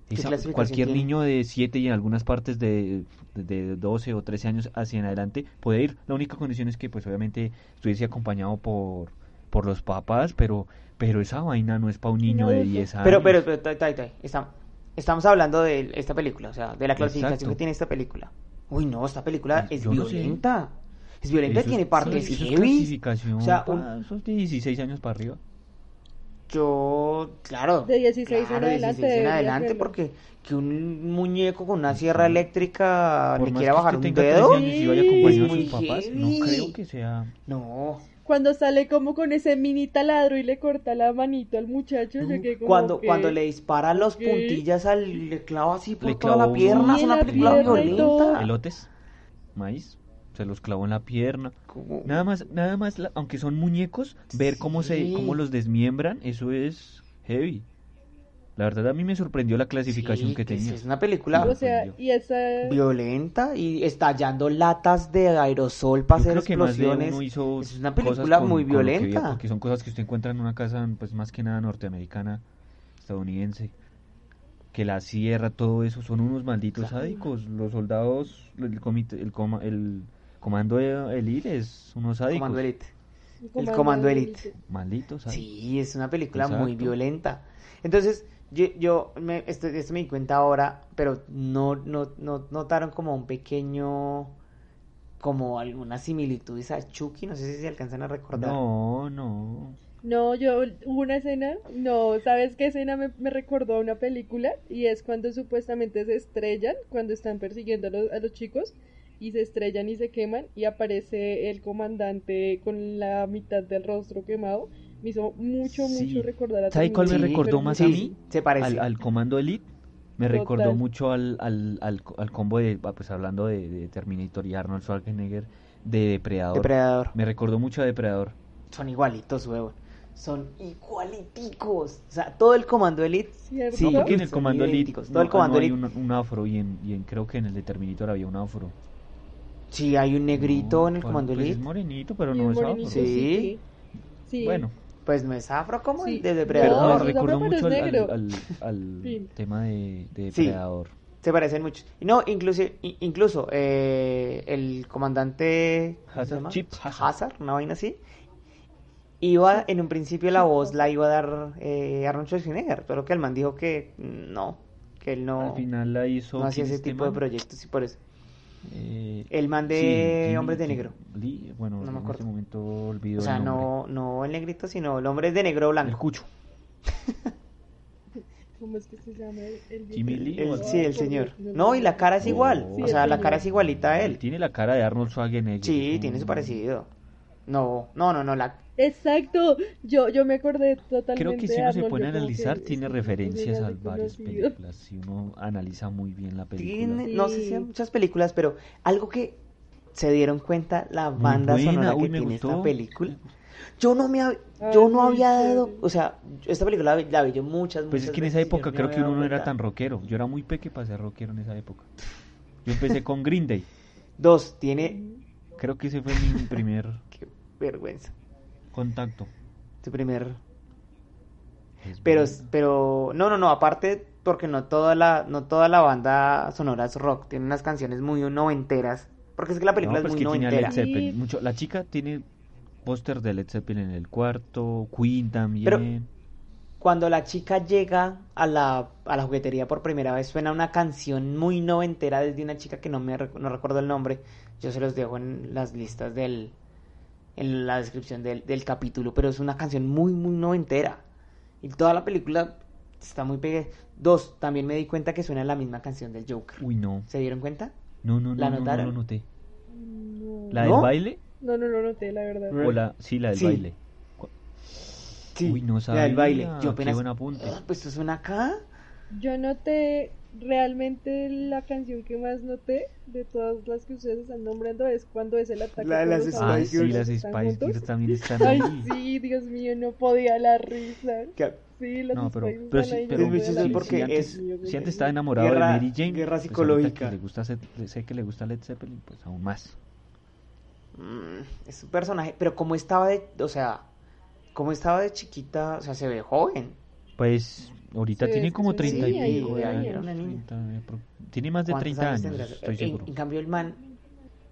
[SPEAKER 1] ¿Qué
[SPEAKER 2] Esa-
[SPEAKER 1] clasificación
[SPEAKER 2] cualquier
[SPEAKER 1] tiene?
[SPEAKER 2] niño de 7 y en algunas partes de, de 12 o 13 años hacia en adelante puede ir. La única condición es que, pues, obviamente estuviese acompañado por, por los papás, pero, pero esa vaina no es para un niño de
[SPEAKER 3] adulto.
[SPEAKER 2] 10 años.
[SPEAKER 1] Pero, pero, pero, tai, tai, tai, está- estamos hablando de esta película, o sea, de la clasificación
[SPEAKER 2] Exacto.
[SPEAKER 1] que tiene esta película. Uy, no, esta película
[SPEAKER 2] Yo
[SPEAKER 1] es
[SPEAKER 2] no sé.
[SPEAKER 1] violenta. Es violenta,
[SPEAKER 2] Eso es-
[SPEAKER 1] tiene partes
[SPEAKER 2] eso es
[SPEAKER 1] heavy.
[SPEAKER 2] clasificación
[SPEAKER 1] O sea,
[SPEAKER 2] pa-
[SPEAKER 1] un-
[SPEAKER 2] eso es de 16 años para arriba.
[SPEAKER 1] Yo, claro.
[SPEAKER 3] De 16 en
[SPEAKER 1] claro, de 16
[SPEAKER 3] adelante
[SPEAKER 1] en
[SPEAKER 3] debería
[SPEAKER 1] adelante,
[SPEAKER 3] hacerlo.
[SPEAKER 1] porque que un muñeco con una sierra eléctrica
[SPEAKER 2] Por
[SPEAKER 1] le
[SPEAKER 2] más
[SPEAKER 1] quiera
[SPEAKER 2] que
[SPEAKER 1] bajar
[SPEAKER 2] usted
[SPEAKER 1] un
[SPEAKER 2] tenga 13
[SPEAKER 1] dedo.
[SPEAKER 2] años y vaya acompañado
[SPEAKER 1] Sí.
[SPEAKER 2] de sus papás,
[SPEAKER 1] Muy
[SPEAKER 2] no
[SPEAKER 1] heavy.
[SPEAKER 2] creo que sea.
[SPEAKER 1] No.
[SPEAKER 3] Cuando sale como con ese mini taladro y le corta la manito al muchacho, yo
[SPEAKER 1] no.
[SPEAKER 3] quedé como
[SPEAKER 1] Cuando,
[SPEAKER 3] que-
[SPEAKER 1] cuando le dispara los
[SPEAKER 3] Ok.
[SPEAKER 1] puntillas al le clava así por
[SPEAKER 2] Le
[SPEAKER 1] toda la
[SPEAKER 2] clavó
[SPEAKER 1] pierna,
[SPEAKER 2] uno.
[SPEAKER 1] es
[SPEAKER 3] Y en
[SPEAKER 1] una
[SPEAKER 3] la
[SPEAKER 1] película
[SPEAKER 3] pierna y todo.
[SPEAKER 1] violenta.
[SPEAKER 2] Elotes, maíz, se los clavó en la pierna.
[SPEAKER 1] Como-
[SPEAKER 2] Nada más, nada más, la- aunque son muñecos, ver cómo se,
[SPEAKER 1] Sí.
[SPEAKER 2] cómo los desmiembran, eso es heavy. La verdad a mí me sorprendió la clasificación
[SPEAKER 1] Sí,
[SPEAKER 2] que
[SPEAKER 1] sí,
[SPEAKER 2] tenía.
[SPEAKER 1] Es una película
[SPEAKER 3] O sea, y esa...
[SPEAKER 1] violenta y estallando latas de aerosol para
[SPEAKER 2] Yo
[SPEAKER 1] hacer
[SPEAKER 2] creo que más de uno
[SPEAKER 1] explosiones.
[SPEAKER 2] hizo
[SPEAKER 1] es una
[SPEAKER 2] cosas
[SPEAKER 1] película
[SPEAKER 2] con-
[SPEAKER 1] muy
[SPEAKER 2] con lo que vio,
[SPEAKER 1] violenta.
[SPEAKER 2] porque son cosas que usted encuentra en una casa, pues más que nada norteamericana, estadounidense. Que la sierra, todo eso, son unos malditos
[SPEAKER 1] Claro.
[SPEAKER 2] sádicos. Los soldados, el, comité, el, coma- el comando de elite E es unos sádicos.
[SPEAKER 1] Comando Elite.
[SPEAKER 3] comando
[SPEAKER 1] Comando Elite.
[SPEAKER 3] élite.
[SPEAKER 2] Malditos sádicos.
[SPEAKER 1] E. Sí, es una película muy
[SPEAKER 2] Exacto.
[SPEAKER 1] violenta. Entonces, yo, yo me, esto, esto me di cuenta ahora, pero no, no, no notaron como un pequeño, como algunas similitudes a Chucky, no sé si se alcanzan a recordar.
[SPEAKER 2] No, no.
[SPEAKER 3] No, yo hubo una escena, no, ¿sabes qué escena me, me recordó a una película? Y es cuando supuestamente se estrellan, cuando están persiguiendo a los, a los chicos y se estrellan y se queman y aparece el comandante con la mitad del rostro quemado. Me hizo mucho,
[SPEAKER 2] Sí.
[SPEAKER 3] mucho recordar a
[SPEAKER 2] ¿Sabes cuál me
[SPEAKER 1] Sí,
[SPEAKER 3] Terminator,
[SPEAKER 2] recordó
[SPEAKER 3] pero
[SPEAKER 2] más
[SPEAKER 1] sí,
[SPEAKER 2] a
[SPEAKER 3] mucho.
[SPEAKER 2] mí?
[SPEAKER 1] se parece.
[SPEAKER 2] Al, al comando Elite. E Me
[SPEAKER 3] Total.
[SPEAKER 2] recordó mucho al, al, al, al combo de, ah, pues hablando de, de Terminator y Arnold Schwarzenegger, de Depredador.
[SPEAKER 1] Depredador.
[SPEAKER 2] Me recordó mucho a Depredador.
[SPEAKER 1] Son igualitos, huevón. Son igualiticos. O sea, todo el comando elite.
[SPEAKER 3] ¿Cierto?
[SPEAKER 1] Sí,
[SPEAKER 2] no, porque en el
[SPEAKER 1] son
[SPEAKER 2] comando Elite
[SPEAKER 1] idénticos.
[SPEAKER 2] no,
[SPEAKER 1] Todo el comando
[SPEAKER 2] no hay
[SPEAKER 1] Elite.
[SPEAKER 2] un, un afro y en, y en- creo que en el de Terminator había un afro.
[SPEAKER 1] Sí, hay un negrito
[SPEAKER 2] No,
[SPEAKER 1] en el
[SPEAKER 2] ¿cuál?
[SPEAKER 1] comando
[SPEAKER 2] Pues es
[SPEAKER 1] elite.
[SPEAKER 2] morenito, pero
[SPEAKER 3] Y
[SPEAKER 2] no
[SPEAKER 3] un
[SPEAKER 2] es afro.
[SPEAKER 3] morenito,
[SPEAKER 1] Sí.
[SPEAKER 3] sí. sí.
[SPEAKER 2] Bueno,
[SPEAKER 1] Pues no es afro como
[SPEAKER 3] Sí.
[SPEAKER 1] el de
[SPEAKER 3] No,
[SPEAKER 2] me
[SPEAKER 1] depredador.
[SPEAKER 3] sí,
[SPEAKER 2] recordó
[SPEAKER 3] pero es
[SPEAKER 2] mucho al, al,
[SPEAKER 3] negro.
[SPEAKER 2] al- al
[SPEAKER 3] Sí.
[SPEAKER 2] tema de, de
[SPEAKER 1] Sí.
[SPEAKER 2] Depredador.
[SPEAKER 1] Se parecen mucho. Y No, incluso, i- incluso eh, el comandante ¿cómo se
[SPEAKER 2] Hazard,
[SPEAKER 1] llama?
[SPEAKER 2] Chip Hazard.
[SPEAKER 1] Hazard, una vaina así. Iba, en un principio la voz la iba a dar eh, Arnold Schwarzenegger, pero que el man dijo que no, que él no,
[SPEAKER 2] Al final la hizo.
[SPEAKER 1] no
[SPEAKER 2] ¿quién
[SPEAKER 1] hacía ese
[SPEAKER 2] es este
[SPEAKER 1] tipo de
[SPEAKER 2] man?
[SPEAKER 1] proyectos y por eso.
[SPEAKER 2] Eh,
[SPEAKER 1] El man de
[SPEAKER 2] Jimmy-
[SPEAKER 1] Hombres de
[SPEAKER 2] Jim-
[SPEAKER 1] Negro.
[SPEAKER 2] Lee, bueno,
[SPEAKER 1] No me
[SPEAKER 2] en
[SPEAKER 1] acuerdo.
[SPEAKER 2] este momento olvido
[SPEAKER 1] O sea,
[SPEAKER 2] el nombre.
[SPEAKER 1] no, no el negrito, sino el hombre de negro o
[SPEAKER 2] El
[SPEAKER 1] blanco.
[SPEAKER 2] Cucho.
[SPEAKER 3] ¿Cómo es que se llama? El, el
[SPEAKER 2] Jimmy
[SPEAKER 3] viejo?
[SPEAKER 2] Lee.
[SPEAKER 1] El-
[SPEAKER 2] o
[SPEAKER 1] sí, el
[SPEAKER 3] Por
[SPEAKER 1] señor.
[SPEAKER 3] Dios,
[SPEAKER 1] No, y la cara es igual.
[SPEAKER 2] Sí,
[SPEAKER 1] o sea,
[SPEAKER 2] el
[SPEAKER 1] la
[SPEAKER 2] señor.
[SPEAKER 1] cara es igualita a
[SPEAKER 2] Él
[SPEAKER 1] él.
[SPEAKER 2] Oh, tiene la cara de Arnold Schwarzenegger.
[SPEAKER 1] Sí,
[SPEAKER 2] es
[SPEAKER 1] tiene su
[SPEAKER 2] un-
[SPEAKER 1] parecido. No, no, no, no, la,
[SPEAKER 3] Exacto, yo, yo me acordé totalmente.
[SPEAKER 2] Creo que si
[SPEAKER 3] de
[SPEAKER 2] uno se
[SPEAKER 3] Arnold,
[SPEAKER 2] pone a
[SPEAKER 3] yo como
[SPEAKER 2] analizar,
[SPEAKER 3] que
[SPEAKER 2] tiene
[SPEAKER 3] sí,
[SPEAKER 2] referencias
[SPEAKER 3] era
[SPEAKER 2] a varias
[SPEAKER 3] reconocido.
[SPEAKER 2] películas. Si uno analiza muy bien la película.
[SPEAKER 1] Tiene- no sé si hay
[SPEAKER 3] Sí.
[SPEAKER 1] muchas películas, pero algo que se dieron cuenta la
[SPEAKER 2] Muy
[SPEAKER 1] banda
[SPEAKER 2] buena,
[SPEAKER 1] sonora
[SPEAKER 2] uy,
[SPEAKER 1] que
[SPEAKER 2] me
[SPEAKER 1] tiene esta
[SPEAKER 2] gustó.
[SPEAKER 1] película. Yo no me hab-
[SPEAKER 3] Ah,
[SPEAKER 1] yo
[SPEAKER 3] es
[SPEAKER 1] no
[SPEAKER 3] muy
[SPEAKER 1] había dado,
[SPEAKER 3] chévere.
[SPEAKER 1] o sea, yo- esta película la vi, la vi yo muchas
[SPEAKER 2] Pues es
[SPEAKER 1] muchas
[SPEAKER 2] que en esa
[SPEAKER 1] veces y yo
[SPEAKER 2] época
[SPEAKER 1] me
[SPEAKER 2] creo que
[SPEAKER 1] había
[SPEAKER 2] uno
[SPEAKER 1] dado
[SPEAKER 2] no era tan
[SPEAKER 1] cuenta.
[SPEAKER 2] rockero. Yo era muy peque para ser rockero en esa época. Yo empecé con Green Day.
[SPEAKER 1] Dos, tiene
[SPEAKER 2] Creo que ese fue mi primer
[SPEAKER 1] qué vergüenza.
[SPEAKER 2] contacto.
[SPEAKER 1] Tu primer
[SPEAKER 2] Es
[SPEAKER 1] pero
[SPEAKER 2] bueno.
[SPEAKER 1] pero no, no, no, aparte porque no toda la no toda la banda sonora es rock, tiene unas canciones muy noventeras, porque es que la película
[SPEAKER 2] No,
[SPEAKER 1] es
[SPEAKER 2] pues
[SPEAKER 1] muy
[SPEAKER 2] que tiene a Led
[SPEAKER 1] noventera.
[SPEAKER 3] Alexia.
[SPEAKER 2] Zeppelin.
[SPEAKER 3] Sí.
[SPEAKER 2] Mucho, la chica tiene póster de Led Zeppelin en el cuarto, Queen también.
[SPEAKER 1] Pero- Cuando la chica llega a la, a la juguetería por primera vez, suena una canción muy noventera desde una chica que no me rec- no recuerdo el nombre. Yo se los dejo en las listas del, en la descripción del, del capítulo, pero es una canción muy, muy noventera. Y toda la película está muy pegada. Dos, también me di cuenta que suena la misma canción del Joker.
[SPEAKER 2] Uy, no.
[SPEAKER 1] ¿Se dieron cuenta?
[SPEAKER 2] No, no, no,
[SPEAKER 1] ¿La
[SPEAKER 2] no, no,
[SPEAKER 1] notaron?
[SPEAKER 2] lo noté.
[SPEAKER 3] No.
[SPEAKER 2] ¿La
[SPEAKER 1] ¿No?
[SPEAKER 2] del baile?
[SPEAKER 3] No, no lo noté, la verdad.
[SPEAKER 2] O la, sí, la del
[SPEAKER 1] Sí.
[SPEAKER 2] baile. Uy, no
[SPEAKER 1] la
[SPEAKER 2] sabía.
[SPEAKER 1] del baile. Yo apenas.
[SPEAKER 2] Qué buen apunte.
[SPEAKER 1] Ah, Pues esto suena acá.
[SPEAKER 3] Yo noté realmente la canción que más noté de todas las que ustedes están nombrando es cuando es el ataque.
[SPEAKER 1] La de
[SPEAKER 3] con
[SPEAKER 1] las
[SPEAKER 3] los
[SPEAKER 1] Spice
[SPEAKER 2] Ah,
[SPEAKER 3] amigos
[SPEAKER 2] sí,
[SPEAKER 1] Girls.
[SPEAKER 3] que
[SPEAKER 2] las
[SPEAKER 3] están
[SPEAKER 2] Spice
[SPEAKER 3] juntos.
[SPEAKER 2] Girls también están
[SPEAKER 3] Ay,
[SPEAKER 2] ahí.
[SPEAKER 3] sí, Dios mío, no podía la risa.
[SPEAKER 1] Que-
[SPEAKER 3] Sí, las
[SPEAKER 2] No, pero-
[SPEAKER 3] Spice
[SPEAKER 2] pero
[SPEAKER 3] están
[SPEAKER 2] sí,
[SPEAKER 3] ahí,
[SPEAKER 2] pero
[SPEAKER 3] yo no
[SPEAKER 1] es muy
[SPEAKER 3] podía
[SPEAKER 1] chistoso
[SPEAKER 3] la
[SPEAKER 1] porque
[SPEAKER 3] risa.
[SPEAKER 1] es-
[SPEAKER 3] Dios mío,
[SPEAKER 2] Si antes
[SPEAKER 3] Dios
[SPEAKER 2] estaba
[SPEAKER 3] mío.
[SPEAKER 2] enamorado
[SPEAKER 1] Guerra-
[SPEAKER 2] de Mary Jane,
[SPEAKER 1] guerra
[SPEAKER 2] pues ahorita
[SPEAKER 1] psicológica.
[SPEAKER 2] que le gusta, se- sé que le gusta Led Zeppelin, pues aún más.
[SPEAKER 1] Mm, es un personaje, pero como estaba de, o sea, como estaba de chiquita, o sea, se ve joven.
[SPEAKER 2] Pues ahorita
[SPEAKER 3] Sí,
[SPEAKER 2] tiene
[SPEAKER 3] es que
[SPEAKER 2] como
[SPEAKER 3] es una
[SPEAKER 2] 30 y
[SPEAKER 1] niña,
[SPEAKER 2] pico de
[SPEAKER 1] era una
[SPEAKER 2] años.
[SPEAKER 1] niña.
[SPEAKER 2] 30 de pro- tiene más de
[SPEAKER 1] ¿Cuántos
[SPEAKER 2] 30 años,
[SPEAKER 1] tendrá?
[SPEAKER 2] estoy
[SPEAKER 1] En-
[SPEAKER 2] seguro.
[SPEAKER 1] En, cambio el
[SPEAKER 3] *laughs*
[SPEAKER 1] man,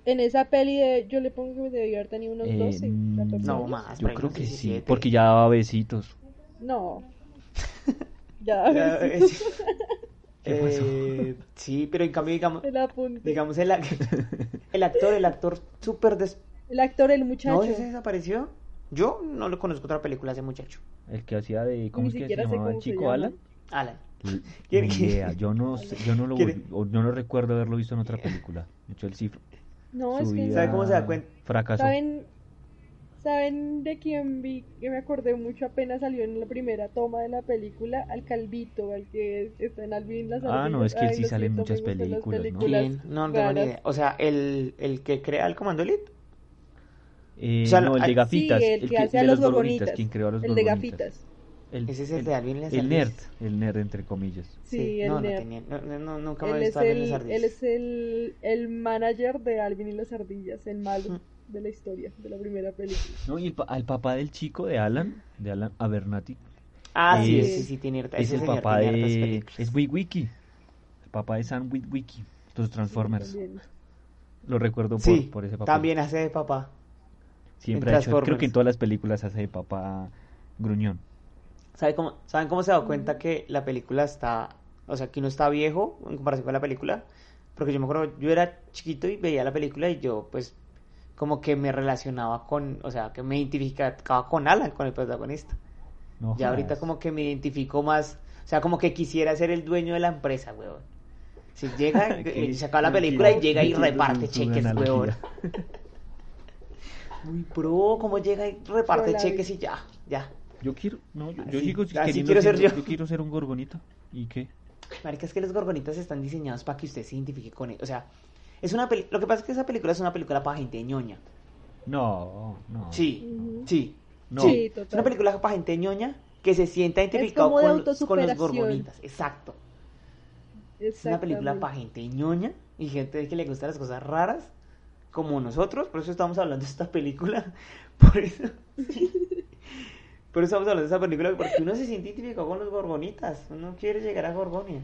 [SPEAKER 3] En esa peli de- yo le pongo que me debió haber tenido unos
[SPEAKER 2] Eh,
[SPEAKER 3] 12,
[SPEAKER 2] mm,
[SPEAKER 3] 14
[SPEAKER 1] no
[SPEAKER 3] años.
[SPEAKER 1] más. por
[SPEAKER 2] Yo
[SPEAKER 1] ahí
[SPEAKER 2] creo
[SPEAKER 1] unos
[SPEAKER 2] que sí,
[SPEAKER 1] 17.
[SPEAKER 2] porque ya daba besitos.
[SPEAKER 1] *laughs*
[SPEAKER 3] No. ya, a *laughs*
[SPEAKER 1] Ya,
[SPEAKER 3] ver,
[SPEAKER 1] es-
[SPEAKER 2] ¿Qué pasó?
[SPEAKER 1] Eh, sí, pero en cambio digamos,
[SPEAKER 3] el apunte.
[SPEAKER 1] eh, digamos el, ac- *laughs* el actor, el actor súper des...
[SPEAKER 3] El actor, el
[SPEAKER 1] ¿No
[SPEAKER 3] muchacho.
[SPEAKER 1] ese desapareció? Yo no lo conozco otra película ese muchacho.
[SPEAKER 2] El que hacía de. ¿Cómo
[SPEAKER 3] Ni
[SPEAKER 2] es que se
[SPEAKER 3] siquiera sé
[SPEAKER 2] llamaba? el
[SPEAKER 3] cómo se
[SPEAKER 2] chico
[SPEAKER 3] llama.
[SPEAKER 2] Alan?
[SPEAKER 1] Alan.
[SPEAKER 2] Ni
[SPEAKER 1] ¿Quién- quién?
[SPEAKER 2] idea, Yo no, sé- yo no lo
[SPEAKER 1] ¿Quién?
[SPEAKER 2] volví- o yo no recuerdo haberlo visto en otra película. De hecho, el cifra.
[SPEAKER 3] No, es que
[SPEAKER 1] ¿Sabe cómo se da cuenta?
[SPEAKER 2] Fracasó.
[SPEAKER 3] ¿Saben, ¿Saben de quién vi? Que me acordé mucho apenas salió en la primera toma de la película, al Calvito, al que está en Alvin las
[SPEAKER 2] Ah, no,
[SPEAKER 3] ardillas.
[SPEAKER 2] es que él
[SPEAKER 3] Ay,
[SPEAKER 2] sí
[SPEAKER 3] lo
[SPEAKER 2] sale en
[SPEAKER 3] siento,
[SPEAKER 2] muchas
[SPEAKER 3] me gustan las
[SPEAKER 2] películas, ¿no?
[SPEAKER 3] películas
[SPEAKER 1] ¿Quién? No, no tengo ni
[SPEAKER 3] raras.
[SPEAKER 1] idea. O sea, el, el que crea el Comando Elite.
[SPEAKER 2] Eh,
[SPEAKER 1] o sea,
[SPEAKER 2] no, el
[SPEAKER 1] ay,
[SPEAKER 2] de gafitas.
[SPEAKER 3] Sí, el, que hace a
[SPEAKER 2] de
[SPEAKER 3] los
[SPEAKER 2] gorgonitas,
[SPEAKER 3] gorgonitas.
[SPEAKER 2] ¿Quién creó a los
[SPEAKER 3] El de
[SPEAKER 2] gorgonitas?
[SPEAKER 3] gafitas.
[SPEAKER 2] El,
[SPEAKER 1] Ese es el
[SPEAKER 2] el-
[SPEAKER 1] de Alvin y las
[SPEAKER 2] el nerd.
[SPEAKER 1] ardillas.
[SPEAKER 2] El nerd, entre comillas.
[SPEAKER 3] Sí, el
[SPEAKER 1] no, no
[SPEAKER 3] nerd.
[SPEAKER 1] tenía, no, no, no, nunca me
[SPEAKER 3] Él
[SPEAKER 1] había
[SPEAKER 3] es,
[SPEAKER 1] visto a Alvin y las
[SPEAKER 3] el,
[SPEAKER 1] ardillas.
[SPEAKER 3] él es el, el manager de Alvin y las ardillas, el malo de la historia, de la primera película.
[SPEAKER 2] No, y el pa- al papá del chico de Alan, de Alan Abernathy,
[SPEAKER 1] Ah, sí,
[SPEAKER 2] Es-
[SPEAKER 1] sí, sí, tiene harta-
[SPEAKER 2] es
[SPEAKER 1] ese
[SPEAKER 2] el
[SPEAKER 1] señor
[SPEAKER 2] papá
[SPEAKER 1] tiene hartas
[SPEAKER 2] de.
[SPEAKER 1] películas.
[SPEAKER 2] Es Witwicky. El papá de Sam Witwicky. Los Transformers.
[SPEAKER 3] También.
[SPEAKER 2] Lo recuerdo por,
[SPEAKER 1] Sí,
[SPEAKER 2] por ese papá.
[SPEAKER 1] también hace de papá.
[SPEAKER 2] Siempre
[SPEAKER 1] en
[SPEAKER 2] ha hecho. Creo que
[SPEAKER 1] Transformers.
[SPEAKER 2] en todas las películas hace de papá gruñón.
[SPEAKER 1] ¿Sabe cómo- ¿Saben cómo se da cuenta que la película está, o sea, que uno está viejo en comparación con la película? Porque yo me acuerdo, yo era chiquito y veía la película y yo, pues, como que me relacionaba con, o sea, que me identificaba con Alan, con el protagonista.
[SPEAKER 2] No
[SPEAKER 1] Ya ahorita
[SPEAKER 2] jodas.
[SPEAKER 1] como que me identifico más, o sea, como que quisiera ser el dueño de la empresa, weón. Si
[SPEAKER 2] *laughs*
[SPEAKER 1] llega, eh,
[SPEAKER 2] Qué-
[SPEAKER 1] se acaba la película y
[SPEAKER 2] qué-
[SPEAKER 1] llega y
[SPEAKER 2] qué-
[SPEAKER 1] reparte
[SPEAKER 2] su- su
[SPEAKER 1] cheques,
[SPEAKER 2] analogía.
[SPEAKER 1] weón. Muy pro, como llega y reparte
[SPEAKER 3] Hola,
[SPEAKER 1] cheques y ya, ya.
[SPEAKER 2] Yo quiero, no, yo,
[SPEAKER 1] Así-
[SPEAKER 2] yo sigo
[SPEAKER 1] así
[SPEAKER 2] queriendo
[SPEAKER 1] Ah, quiero ser yo.
[SPEAKER 2] yo quiero ser un gorgonito. ¿Y qué?
[SPEAKER 1] Marica, es que los gorgonitas están diseñados para que usted se identifique con él. O sea, es una peli- lo que pasa es que esa película es una película para gente ñoña.
[SPEAKER 2] No, no.
[SPEAKER 1] Sí,
[SPEAKER 3] Ujú.
[SPEAKER 1] sí.
[SPEAKER 2] No.
[SPEAKER 3] Sí,
[SPEAKER 1] Es una
[SPEAKER 3] total.
[SPEAKER 1] película para gente ñoña que se sienta identificado
[SPEAKER 3] como de
[SPEAKER 1] con, los- con los
[SPEAKER 3] autosuperación.
[SPEAKER 1] gorgonitas. Exacto. Es una película para gente ñoña y gente que le gustan las cosas raras, como nosotros. Por eso estamos hablando de esta película. *laughs* Por eso, por eso estamos hablando de esta película, porque uno se siente identificado con los gorgonitas. Uno quiere llegar a Gorgonia.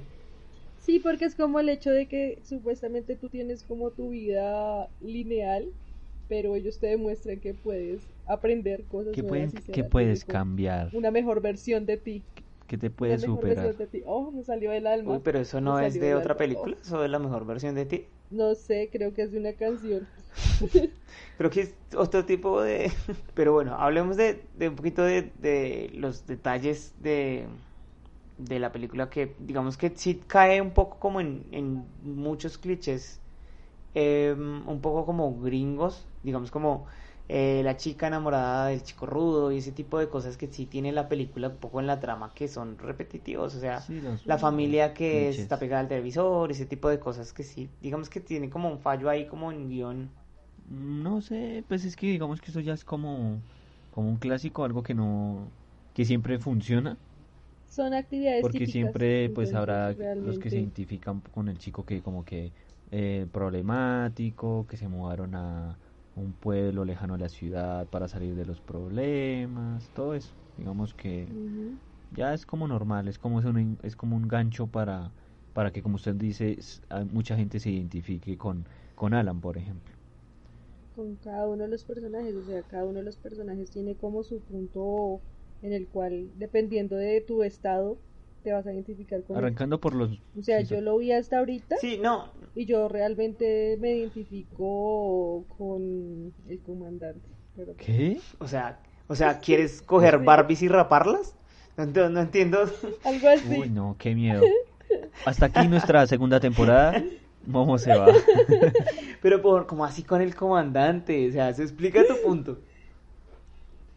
[SPEAKER 3] Sí, porque es como el hecho de que supuestamente tú tienes como tu vida lineal, pero ellos te demuestran que puedes aprender cosas
[SPEAKER 2] ¿Qué, pueden,
[SPEAKER 3] nuevas y ser
[SPEAKER 2] ¿Qué puedes
[SPEAKER 3] algo,
[SPEAKER 2] cambiar?
[SPEAKER 3] Una mejor versión de ti.
[SPEAKER 2] ¿Qué te
[SPEAKER 3] Una
[SPEAKER 2] puedes
[SPEAKER 3] mejor
[SPEAKER 2] superar?
[SPEAKER 3] versión de ti. Oh, me salió del alma.
[SPEAKER 1] Uy, pero eso
[SPEAKER 3] Me
[SPEAKER 1] no es
[SPEAKER 3] salió
[SPEAKER 1] de
[SPEAKER 3] del
[SPEAKER 1] otra
[SPEAKER 3] alma.
[SPEAKER 1] película, eso es la mejor versión de ti.
[SPEAKER 3] No sé, creo que es de una canción.
[SPEAKER 1] Creo que es otro tipo de... *laughs* Pero bueno, hablemos de, de un poquito de, de los detalles de, de la película que digamos que sí cae un poco como en, en muchos clichés, eh, un poco como gringos, digamos como eh, la chica enamorada del chico rudo y ese tipo de cosas que sí tiene la película un poco en la trama que son repetitivos, o sea...
[SPEAKER 2] Sí, los-
[SPEAKER 1] la familia que
[SPEAKER 2] clichés.
[SPEAKER 1] está pegada al televisor, ese tipo de cosas que sí, digamos que tiene como un fallo ahí como en guión.
[SPEAKER 2] No sé, pues es que digamos que eso ya es como, como un clásico, algo que no, que siempre funciona,
[SPEAKER 3] Son actividades
[SPEAKER 2] porque
[SPEAKER 3] típicas,
[SPEAKER 2] siempre pues
[SPEAKER 3] entonces,
[SPEAKER 2] habrá los que se
[SPEAKER 3] realmente-
[SPEAKER 2] identifican con el chico que como que eh, problemático, que se mudaron a un pueblo lejano a la ciudad para salir de los problemas, todo eso, digamos que
[SPEAKER 3] Ujú.
[SPEAKER 2] ya es como normal, es como es un, es como un gancho para, para que como usted dice, s- a- mucha gente se identifique con, con Alan, por ejemplo.
[SPEAKER 3] con cada uno de los personajes, o sea, cada uno de los personajes tiene como su punto en el cual, dependiendo de tu estado, te vas a identificar con él.
[SPEAKER 2] Arrancando por los...
[SPEAKER 3] O sea,
[SPEAKER 2] sí,
[SPEAKER 3] yo lo vi hasta ahorita
[SPEAKER 1] Sí, no,
[SPEAKER 3] y yo realmente me identifico con el comandante. Pero
[SPEAKER 2] ¿Qué?
[SPEAKER 1] o sea, o sea,
[SPEAKER 3] *laughs*
[SPEAKER 1] ¿quieres coger Barbies y raparlas? No, ent- no entiendo. *laughs*
[SPEAKER 3] Algo así.
[SPEAKER 2] Uy, no, qué miedo. Hasta aquí nuestra segunda temporada. Momo se
[SPEAKER 3] *laughs*
[SPEAKER 2] va.
[SPEAKER 1] Pero por, como así con el comandante, o sea, se explica tu
[SPEAKER 3] *laughs*
[SPEAKER 1] punto.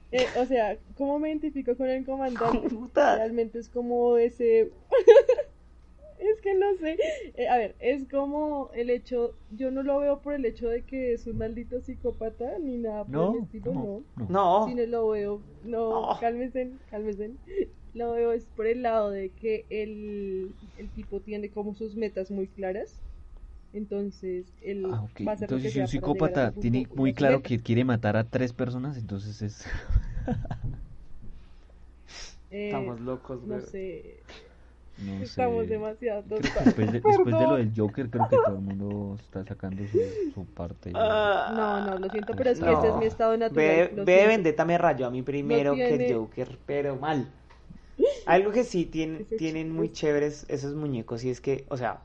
[SPEAKER 3] Eh, o sea, ¿cómo me identifico con
[SPEAKER 2] *laughs*
[SPEAKER 3] el comandante?
[SPEAKER 1] Puta.
[SPEAKER 3] Realmente es como ese... *laughs* es que no sé. Eh, a ver, es como el hecho... Yo no lo veo por el hecho de que es un maldito psicópata ni nada por el
[SPEAKER 2] No,
[SPEAKER 3] estilo,
[SPEAKER 2] no,
[SPEAKER 3] no.
[SPEAKER 2] no.
[SPEAKER 1] No,
[SPEAKER 3] Si no lo veo, no,
[SPEAKER 2] Oh.
[SPEAKER 1] No.
[SPEAKER 3] cálmense, cálmense. Lo veo es por el lado de que el, el tipo tiene como sus metas muy claras. Entonces, él
[SPEAKER 2] Ah, ok.
[SPEAKER 3] va a hacer lo que
[SPEAKER 2] Entonces, si
[SPEAKER 3] sea
[SPEAKER 2] un
[SPEAKER 3] para llegar
[SPEAKER 2] psicópata
[SPEAKER 3] al punto
[SPEAKER 2] tiene
[SPEAKER 3] de
[SPEAKER 2] muy
[SPEAKER 3] su
[SPEAKER 2] claro
[SPEAKER 3] meta.
[SPEAKER 2] que quiere matar a tres personas, entonces es. *laughs*
[SPEAKER 3] Eh,
[SPEAKER 1] estamos locos,
[SPEAKER 3] No
[SPEAKER 1] güey.
[SPEAKER 3] sé,
[SPEAKER 2] No
[SPEAKER 3] estamos
[SPEAKER 2] sé.
[SPEAKER 3] demasiado
[SPEAKER 2] Creo que
[SPEAKER 3] tontos.
[SPEAKER 2] después de,
[SPEAKER 3] Por
[SPEAKER 2] después de lo
[SPEAKER 3] favor.
[SPEAKER 2] del Joker, creo que todo el mundo está sacando su, su parte.
[SPEAKER 1] Ah,
[SPEAKER 3] No, no, lo siento, pero es que
[SPEAKER 1] No.
[SPEAKER 3] ese es mi estado
[SPEAKER 1] Ve,
[SPEAKER 3] natural. lo
[SPEAKER 1] ve
[SPEAKER 3] siento.
[SPEAKER 1] Vendetta me rayó a mí primero que
[SPEAKER 3] tiene-
[SPEAKER 1] Joker, pero
[SPEAKER 3] *gasps*
[SPEAKER 1] mal. Algo que sí tienen,
[SPEAKER 3] Ese
[SPEAKER 1] tienen
[SPEAKER 3] chico
[SPEAKER 1] muy
[SPEAKER 3] es-
[SPEAKER 1] chéveres esos muñecos y es que, o sea,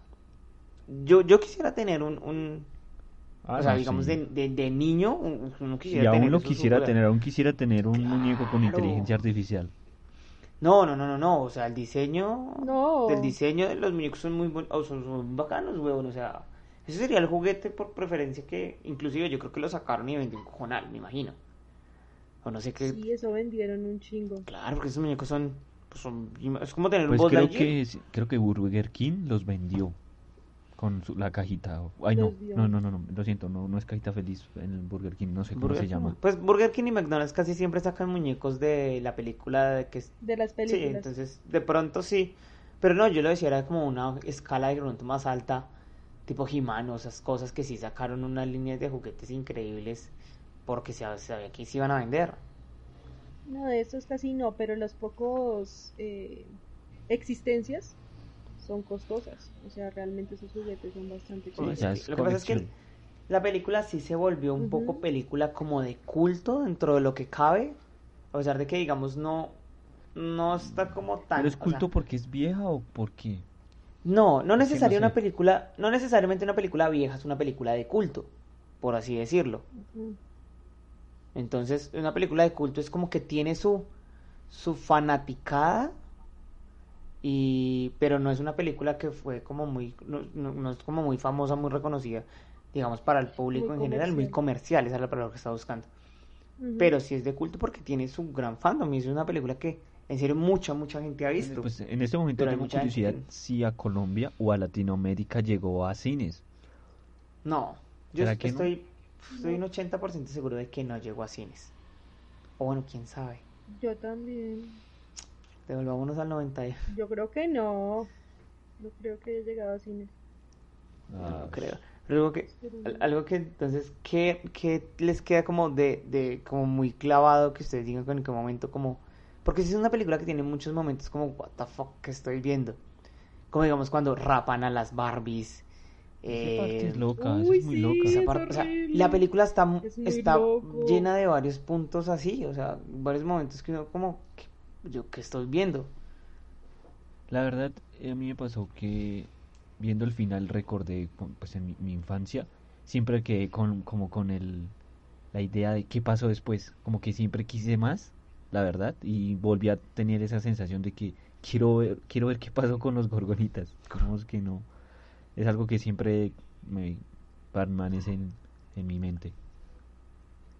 [SPEAKER 1] yo, yo quisiera tener un, un-
[SPEAKER 2] Ah,
[SPEAKER 1] o sea,
[SPEAKER 2] no,
[SPEAKER 1] digamos
[SPEAKER 2] sí.
[SPEAKER 1] de, de- de niño, un- uno quisiera
[SPEAKER 2] Y aún
[SPEAKER 1] tener
[SPEAKER 2] lo
[SPEAKER 1] esos
[SPEAKER 2] quisiera
[SPEAKER 1] super-
[SPEAKER 2] tener, aún quisiera tener un muñeco con
[SPEAKER 1] Claro.
[SPEAKER 2] inteligencia artificial.
[SPEAKER 1] No, no, no, no, no, o sea, el diseño,
[SPEAKER 3] No.
[SPEAKER 1] el diseño de los muñecos son muy, buen- o son, son bacanos, huevón, o sea, ese sería el juguete por preferencia que, inclusive yo creo que lo sacaron y vendió un cojonal, me imagino. O no sé qué,
[SPEAKER 3] Sí, eso vendieron un chingo.
[SPEAKER 1] Claro, porque esos muñecos son, pues, son- es como tener
[SPEAKER 2] Pues
[SPEAKER 1] un Buzz
[SPEAKER 2] creo
[SPEAKER 1] Lightyear.
[SPEAKER 2] que sí- creo que Burger King los vendió con su- la cajita. Ay, no,
[SPEAKER 3] Los dio.
[SPEAKER 2] no, no, no, no, lo siento, no, no es cajita feliz en el Burger King, no sé cómo
[SPEAKER 1] Burger
[SPEAKER 2] se
[SPEAKER 1] King.
[SPEAKER 2] llama.
[SPEAKER 1] Pues Burger King y McDonald's casi siempre sacan muñecos de la película de que es-
[SPEAKER 3] De las
[SPEAKER 1] sí,
[SPEAKER 3] películas.
[SPEAKER 1] entonces de pronto sí, pero no, yo lo decía era como una escala de pronto más alta, tipo He-Man o esas cosas que sí sacaron unas líneas de juguetes increíbles porque se sabía que se iban a vender.
[SPEAKER 3] No, de estos casi no, pero los pocos eh, existencias son costosas. O sea, realmente esos juguetes son bastante
[SPEAKER 2] O
[SPEAKER 1] Sí,
[SPEAKER 3] costosos.
[SPEAKER 2] sea,
[SPEAKER 1] es
[SPEAKER 2] es
[SPEAKER 1] que lo que pasa es que
[SPEAKER 2] colección.
[SPEAKER 1] la película sí se volvió un
[SPEAKER 3] Ujú.
[SPEAKER 1] poco película como de culto dentro de lo que cabe, a pesar de que digamos no no está como tan
[SPEAKER 2] ¿Pero es
[SPEAKER 1] o sea,
[SPEAKER 2] culto porque es vieja o porque
[SPEAKER 1] no, no
[SPEAKER 2] Es que no
[SPEAKER 1] necesaria una
[SPEAKER 2] sé.
[SPEAKER 1] película, no necesariamente una película vieja es una película de culto. por así decirlo.
[SPEAKER 3] Ujú.
[SPEAKER 1] Entonces, una película de culto es como que tiene su, su fanaticada, y, pero no es una película que fue como muy, no, no- no es como muy famosa, muy reconocida, digamos, para el público en general, muy
[SPEAKER 3] comercial.
[SPEAKER 1] comercial, esa es la palabra que estaba buscando.
[SPEAKER 3] Ujú.
[SPEAKER 1] Pero sí es de culto porque tiene su gran fandom y es una película que en serio mucha, mucha gente ha visto.
[SPEAKER 2] Pues en este momento
[SPEAKER 1] Pero hay
[SPEAKER 2] tengo
[SPEAKER 1] mucha gente
[SPEAKER 2] curiosidad
[SPEAKER 1] que-
[SPEAKER 2] si a Colombia o a Latinoamérica llegó a cines.
[SPEAKER 1] No, yo
[SPEAKER 2] ¿Será que no?
[SPEAKER 1] estoy, estoy un 80% seguro de que no llegó a cines. O bueno, quién sabe.
[SPEAKER 3] Yo también.
[SPEAKER 1] Devolvámonos al 90. y-
[SPEAKER 3] Yo creo que no. No creo que haya llegado a cines.
[SPEAKER 1] No
[SPEAKER 2] Ah,
[SPEAKER 1] creo. Pero algo que, al- algo que entonces, ¿qué, qué les queda como de, de, como muy clavado que ustedes digan en qué momento como... Porque si es una película que tiene muchos momentos como, what the fuck que estoy viendo. Como digamos cuando rapan a las Barbies.
[SPEAKER 2] Esa parte
[SPEAKER 1] eh,
[SPEAKER 2] es loca, esa
[SPEAKER 3] Uy,
[SPEAKER 2] es muy
[SPEAKER 3] sí.
[SPEAKER 2] loca.
[SPEAKER 1] esa
[SPEAKER 3] es
[SPEAKER 1] parte, o sea,
[SPEAKER 3] horrible.
[SPEAKER 1] la película está,
[SPEAKER 3] Es muy
[SPEAKER 1] está
[SPEAKER 3] loco.
[SPEAKER 1] llena de varios puntos así, o sea, varios momentos que uno como, ¿qué- ¿yo qué estoy viendo?
[SPEAKER 2] La verdad, eh, a mí me pasó que viendo el final recordé, con- pues en mi, mi infancia, siempre quedé con, como con el, la idea de qué pasó después. Como que siempre quise más, la verdad, y volví a tener esa sensación de que quiero ver, quiero ver qué pasó con los gorgonitas. Como es que no. Es algo que siempre me permanece en, en mi mente.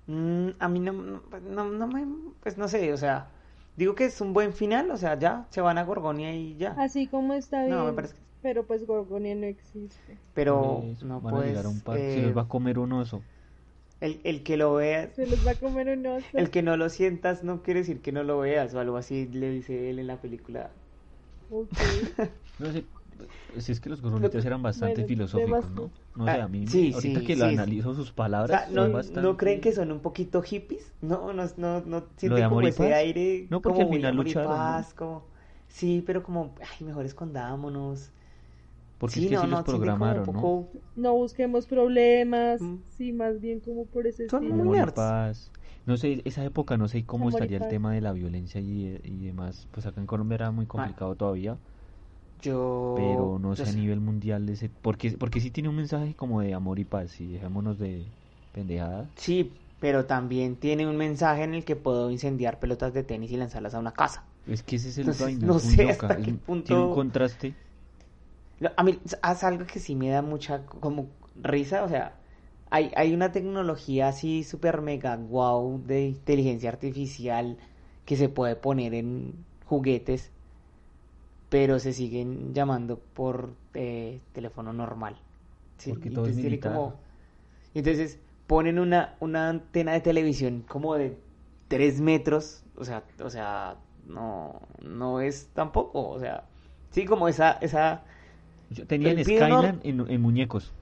[SPEAKER 1] Mm, a mí no, no, no, no me, pues no sé, o sea, digo que es un buen final, o sea, ya se van a Gorgonia y ya,
[SPEAKER 3] Así como está bien.
[SPEAKER 1] No, me parece que-
[SPEAKER 3] Pero pues Gorgonia no existe.
[SPEAKER 1] pero
[SPEAKER 2] Eso,
[SPEAKER 1] no
[SPEAKER 2] Pues, van a llegar a un
[SPEAKER 1] puedes,
[SPEAKER 2] parque, se
[SPEAKER 1] eh,
[SPEAKER 2] los va a comer un oso.
[SPEAKER 1] el, el que lo vea,
[SPEAKER 3] Se los va a comer un oso.
[SPEAKER 1] el que no lo sientas no quiere decir que no lo veas o algo así le dice él en la película.
[SPEAKER 3] Ok.
[SPEAKER 2] No sé, si es que los gorgonitas eran bastante
[SPEAKER 3] bueno,
[SPEAKER 2] filosóficos, ¿no?
[SPEAKER 3] demasiado.
[SPEAKER 2] No sé,
[SPEAKER 1] Ah,
[SPEAKER 2] a mí,
[SPEAKER 1] sí,
[SPEAKER 2] ahorita
[SPEAKER 1] sí,
[SPEAKER 2] que lo
[SPEAKER 1] sí, es-
[SPEAKER 2] analizo sus
[SPEAKER 1] O sea,
[SPEAKER 2] palabras,
[SPEAKER 1] ¿no,
[SPEAKER 2] son
[SPEAKER 1] no
[SPEAKER 2] bastante...
[SPEAKER 1] creen que son un poquito hippies? No, no, no,
[SPEAKER 2] ¿Lo
[SPEAKER 1] no
[SPEAKER 2] de
[SPEAKER 1] sienten
[SPEAKER 2] amor
[SPEAKER 1] como
[SPEAKER 2] y
[SPEAKER 1] ese
[SPEAKER 2] paz?
[SPEAKER 1] aire,
[SPEAKER 2] No, porque
[SPEAKER 1] como
[SPEAKER 2] al
[SPEAKER 1] muy
[SPEAKER 2] final
[SPEAKER 1] amor y
[SPEAKER 2] lucharon, ¿no?
[SPEAKER 1] paz, como... Sí, pero como, ay, mejor escondámonos.
[SPEAKER 2] Porque
[SPEAKER 1] Sí,
[SPEAKER 2] es que
[SPEAKER 1] no,
[SPEAKER 2] sí los
[SPEAKER 1] no, sienten como un
[SPEAKER 2] programaron, ¿no?
[SPEAKER 1] poco-
[SPEAKER 3] No busquemos problemas.
[SPEAKER 1] Mm.
[SPEAKER 3] Sí, más bien como por ese
[SPEAKER 1] Son
[SPEAKER 3] estilo.
[SPEAKER 1] muy
[SPEAKER 2] Amor y
[SPEAKER 1] nerds.
[SPEAKER 2] paz. No sé, esa época no sé cómo
[SPEAKER 3] Amor y
[SPEAKER 2] estaría el
[SPEAKER 3] paz.
[SPEAKER 2] tema de la violencia y, y demás. Pues acá en Colombia era muy complicado todavía,
[SPEAKER 1] Yo...
[SPEAKER 2] pero no
[SPEAKER 1] yo
[SPEAKER 2] sé a nivel mundial ese... Porque, porque sí tiene un mensaje como de amor y paz, y dejémonos de pendejada.
[SPEAKER 1] Sí, pero también tiene un mensaje en el que puedo incendiar pelotas de tenis y lanzarlas a una casa.
[SPEAKER 2] Es que ese es el
[SPEAKER 1] Entonces,
[SPEAKER 2] vaina,
[SPEAKER 1] no
[SPEAKER 2] es muy
[SPEAKER 1] sé
[SPEAKER 2] loca,
[SPEAKER 1] hasta
[SPEAKER 2] es-
[SPEAKER 1] qué
[SPEAKER 2] Tiene un
[SPEAKER 1] punto-
[SPEAKER 2] contraste...
[SPEAKER 1] Lo- A mí es algo que sí me da mucha como risa, o sea, hay, hay una tecnología así super mega guau de inteligencia artificial que se puede poner en juguetes, pero se siguen llamando por eh, teléfono normal. Sí,
[SPEAKER 2] Porque
[SPEAKER 1] y
[SPEAKER 2] todo es
[SPEAKER 1] entonces tiene
[SPEAKER 2] militar.
[SPEAKER 1] como- y entonces ponen una, una antena de televisión como de 3 metros, o sea, o sea, no, no es tampoco, o sea, sí como esa, esa
[SPEAKER 2] Yo tenía
[SPEAKER 1] El
[SPEAKER 2] el
[SPEAKER 1] video no-
[SPEAKER 2] Skyline en, en muñecos.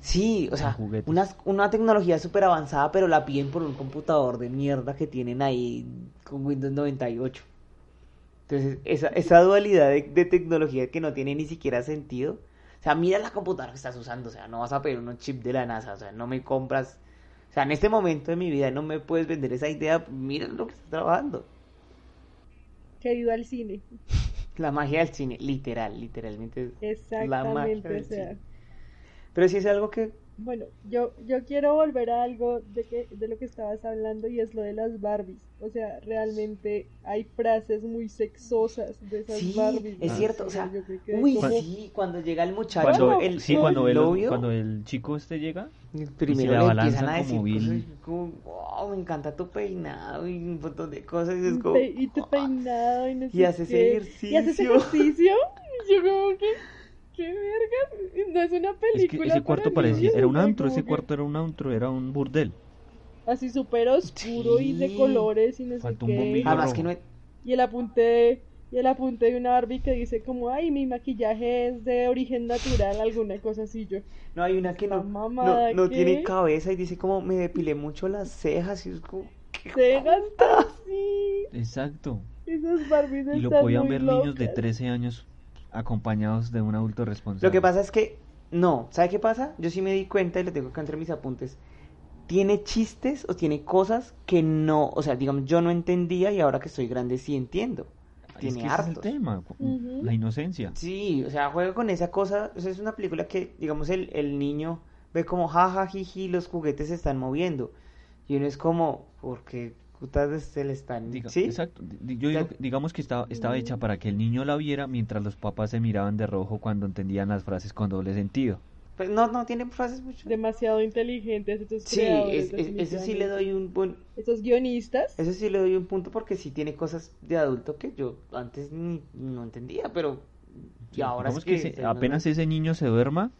[SPEAKER 1] Sí, o
[SPEAKER 2] Con
[SPEAKER 1] sea,
[SPEAKER 2] juguetes.
[SPEAKER 1] unas- una tecnología súper avanzada, pero la piden por un computador de mierda que tienen ahí con Windows 98. Entonces, esa, esa dualidad de, de tecnología que no tiene ni siquiera sentido. O sea, mira la computadora que estás usando, o sea, no vas a pedir unos chip de la NASA, o sea, no me compras. O sea, en este momento de mi vida no me puedes vender esa idea, mira lo que estás trabajando.
[SPEAKER 3] Que viva el cine.
[SPEAKER 1] La magia del cine, literal, literalmente. es La magia
[SPEAKER 3] Exactamente.
[SPEAKER 1] del
[SPEAKER 3] O sea.
[SPEAKER 1] cine. Pero sí es algo que
[SPEAKER 3] Bueno, yo, yo quiero volver a algo de, que, de lo que estabas hablando y es lo de las Barbies. O sea, realmente hay frases muy sexosas de esas
[SPEAKER 1] Sí,
[SPEAKER 3] Barbies.
[SPEAKER 1] es
[SPEAKER 3] ¿no?
[SPEAKER 1] cierto, o sea,
[SPEAKER 3] yo creo que
[SPEAKER 1] uy,
[SPEAKER 3] como-
[SPEAKER 1] sí, cuando llega el muchacho,
[SPEAKER 2] Cuando,
[SPEAKER 1] el,
[SPEAKER 2] sí,
[SPEAKER 1] el
[SPEAKER 2] cuando, el,
[SPEAKER 1] novio,
[SPEAKER 2] cuando el chico este llega,
[SPEAKER 1] primero
[SPEAKER 2] la
[SPEAKER 1] le
[SPEAKER 2] abalanzan
[SPEAKER 1] empiezan a decir
[SPEAKER 2] como vil.
[SPEAKER 1] cosas como, wow, me encanta tu peinado y un montón de cosas y es como,
[SPEAKER 3] Pe- y tu
[SPEAKER 1] "Ah".
[SPEAKER 3] peinado y no sé
[SPEAKER 1] Y haces
[SPEAKER 3] qué.
[SPEAKER 1] ejercicio.
[SPEAKER 3] Y haces ejercicio. Y Yo como que, qué verga, no es una
[SPEAKER 2] es que
[SPEAKER 3] película.
[SPEAKER 2] ese cuarto
[SPEAKER 3] para
[SPEAKER 2] parecía,
[SPEAKER 3] niños,
[SPEAKER 2] era
[SPEAKER 3] o
[SPEAKER 2] un
[SPEAKER 3] sea,
[SPEAKER 2] antro,
[SPEAKER 3] como
[SPEAKER 2] ese
[SPEAKER 3] que
[SPEAKER 2] cuarto era un antro, era un burdel.
[SPEAKER 3] Así súper oscuro y de
[SPEAKER 1] Sí.
[SPEAKER 3] colores y no sé
[SPEAKER 2] Faltó un
[SPEAKER 3] qué.
[SPEAKER 2] bombillo.
[SPEAKER 1] además que no es-
[SPEAKER 3] y el apunte y el apunte de una Barbie que dice como ay mi maquillaje es de origen natural alguna cosa así yo
[SPEAKER 1] no hay una que no,
[SPEAKER 3] Esta mamada,
[SPEAKER 1] no, no
[SPEAKER 3] ¿qué?
[SPEAKER 1] tiene cabeza y dice como, me depilé mucho las cejas y es como, "¿Qué
[SPEAKER 3] se
[SPEAKER 1] puta?".
[SPEAKER 3] gasta sí
[SPEAKER 2] Exacto.
[SPEAKER 3] esas Barbies
[SPEAKER 2] Y lo
[SPEAKER 3] están
[SPEAKER 2] podían
[SPEAKER 3] muy
[SPEAKER 2] ver niños de
[SPEAKER 3] locas.
[SPEAKER 2] 13 años acompañados de un adulto responsable.
[SPEAKER 1] Lo que pasa es que, no, ¿sabe qué pasa? Yo sí me di cuenta y lo tengo acá entre mis apuntes. Tiene chistes o tiene cosas que no, o sea, digamos, yo no entendía y ahora que soy grande sí entiendo.
[SPEAKER 2] Es
[SPEAKER 1] Tiene
[SPEAKER 2] que ese es el
[SPEAKER 1] hartos.
[SPEAKER 2] tema,
[SPEAKER 3] Ujú.
[SPEAKER 2] la inocencia.
[SPEAKER 1] Sí, o sea, juega con esa cosa, o sea, es una película que, digamos, el, el niño ve como jaja, jiji, los juguetes se están moviendo. Y uno es como, porque putas se le están.
[SPEAKER 2] Diga-
[SPEAKER 1] ¿Sí?
[SPEAKER 2] Exacto. Di- Yo
[SPEAKER 1] Ya-
[SPEAKER 2] digo que- digamos que estaba, estaba hecha para que el niño la viera mientras los papás se miraban de rojo cuando entendían las frases con doble sentido.
[SPEAKER 1] Pues no, no tiene frases mucho.
[SPEAKER 3] Demasiado inteligentes estos
[SPEAKER 1] Sí, es- es-
[SPEAKER 3] creadores,
[SPEAKER 1] eso sí
[SPEAKER 3] definitivamente.
[SPEAKER 1] le doy un buen,
[SPEAKER 3] Estos guionistas.
[SPEAKER 1] eso sí le doy un punto porque sí tiene cosas de adulto que yo antes ni, no entendía, pero y ahora es
[SPEAKER 2] Digamos que
[SPEAKER 1] que
[SPEAKER 2] se-
[SPEAKER 1] se nos-
[SPEAKER 2] apenas ese niño se duerma,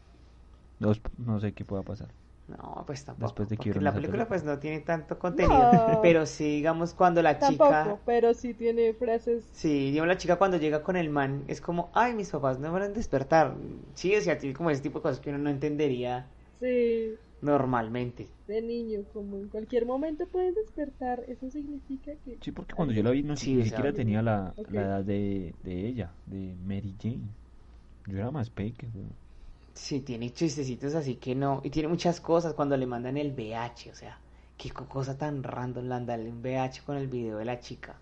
[SPEAKER 2] los- no sé qué pueda pasar.
[SPEAKER 1] No, pues tampoco.
[SPEAKER 2] Después de que
[SPEAKER 1] porque
[SPEAKER 2] vieron
[SPEAKER 1] la
[SPEAKER 2] esa
[SPEAKER 1] película
[SPEAKER 2] película.
[SPEAKER 1] pues no tiene tanto contenido.
[SPEAKER 3] No.
[SPEAKER 1] Pero sí, digamos, cuando la
[SPEAKER 3] Tampoco,
[SPEAKER 1] chica...
[SPEAKER 3] pero sí tiene frases.
[SPEAKER 1] Sí, digamos, la chica cuando llega con el man es como, ay, mis papás no me van a despertar. Sí, o sea, tiene como ese tipo de cosas que uno no entendería
[SPEAKER 3] Sí,
[SPEAKER 1] normalmente.
[SPEAKER 3] de niño, como en cualquier momento puedes despertar. Eso significa que.
[SPEAKER 2] Sí, porque cuando yo la vi no
[SPEAKER 1] Eh, Sí,
[SPEAKER 2] ni
[SPEAKER 1] o sea,
[SPEAKER 2] siquiera tenía la,
[SPEAKER 3] ok.
[SPEAKER 2] la edad de, de ella, de Mary Jane. Yo era más peque, weón.
[SPEAKER 1] Sí, tiene chistecitos así que no. Y tiene muchas cosas cuando le mandan el VH, o sea, qué co- cosa tan random mandarle un VH con el video de la chica.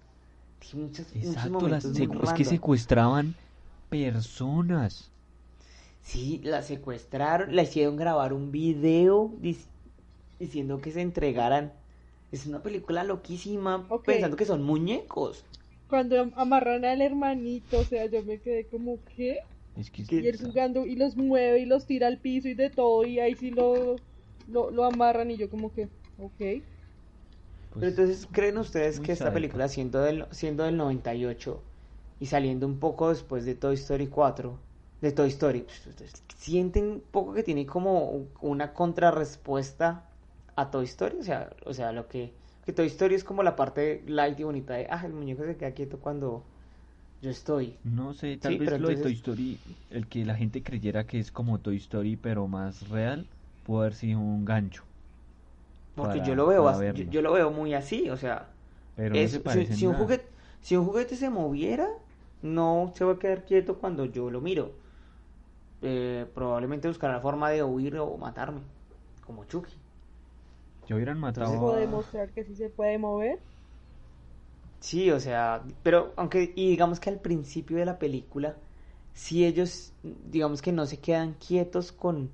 [SPEAKER 1] Tiene muchos, muchos
[SPEAKER 2] Exacto, las
[SPEAKER 1] momentos muy
[SPEAKER 2] secu- es que
[SPEAKER 1] random.
[SPEAKER 2] secuestraban personas.
[SPEAKER 1] Sí, la secuestraron, la hicieron grabar un video dic- diciendo que se entregaran. Es una película loquísima,
[SPEAKER 3] Ok.
[SPEAKER 1] pensando que son muñecos.
[SPEAKER 3] Cuando am- amarran al hermanito, o sea, yo me quedé como, ¿qué?
[SPEAKER 2] Es que
[SPEAKER 1] ¿Qué?
[SPEAKER 3] Y él jugando y los mueve y los tira al piso y de todo, y ahí sí lo, lo, lo amarran, y yo como que, ok.
[SPEAKER 2] Pues,
[SPEAKER 1] Pero entonces, ¿creen ustedes
[SPEAKER 2] muy
[SPEAKER 1] que esta
[SPEAKER 2] sádico.
[SPEAKER 1] película, siendo del, siendo del 98 y saliendo un poco después de Toy Story 4, de Toy Story, pues, sienten un poco que tiene como una contrarrespuesta a Toy Story? O sea, o sea lo que, que Toy Story es como la parte light y bonita de, ah, el muñeco se queda quieto cuando yo estoy.
[SPEAKER 2] No sé, tal
[SPEAKER 1] Sí,
[SPEAKER 2] vez
[SPEAKER 1] pero
[SPEAKER 2] lo de Toy
[SPEAKER 1] entonces-
[SPEAKER 2] Story, el que la gente creyera que es como Toy Story, pero más real, pudo haber sido un gancho.
[SPEAKER 1] Porque
[SPEAKER 2] para-
[SPEAKER 1] yo lo veo,
[SPEAKER 2] para
[SPEAKER 1] as- yo,
[SPEAKER 2] verlo.
[SPEAKER 1] yo lo veo muy así, o sea,
[SPEAKER 2] Pero no
[SPEAKER 1] es-
[SPEAKER 2] se
[SPEAKER 1] si,
[SPEAKER 2] parece
[SPEAKER 1] si un
[SPEAKER 2] nada.
[SPEAKER 1] juguete, si un juguete se moviera, no se va a quedar quieto cuando yo lo miro. Eh, probablemente buscará la forma de huir o matarme, como Chucky.
[SPEAKER 2] Ya hubieran matado
[SPEAKER 3] ¿Puedo
[SPEAKER 2] a-
[SPEAKER 3] demostrar que sí se puede mover?
[SPEAKER 1] Sí, o sea, pero aunque, y digamos que al principio de la película, si ellos, digamos que no se quedan quietos con,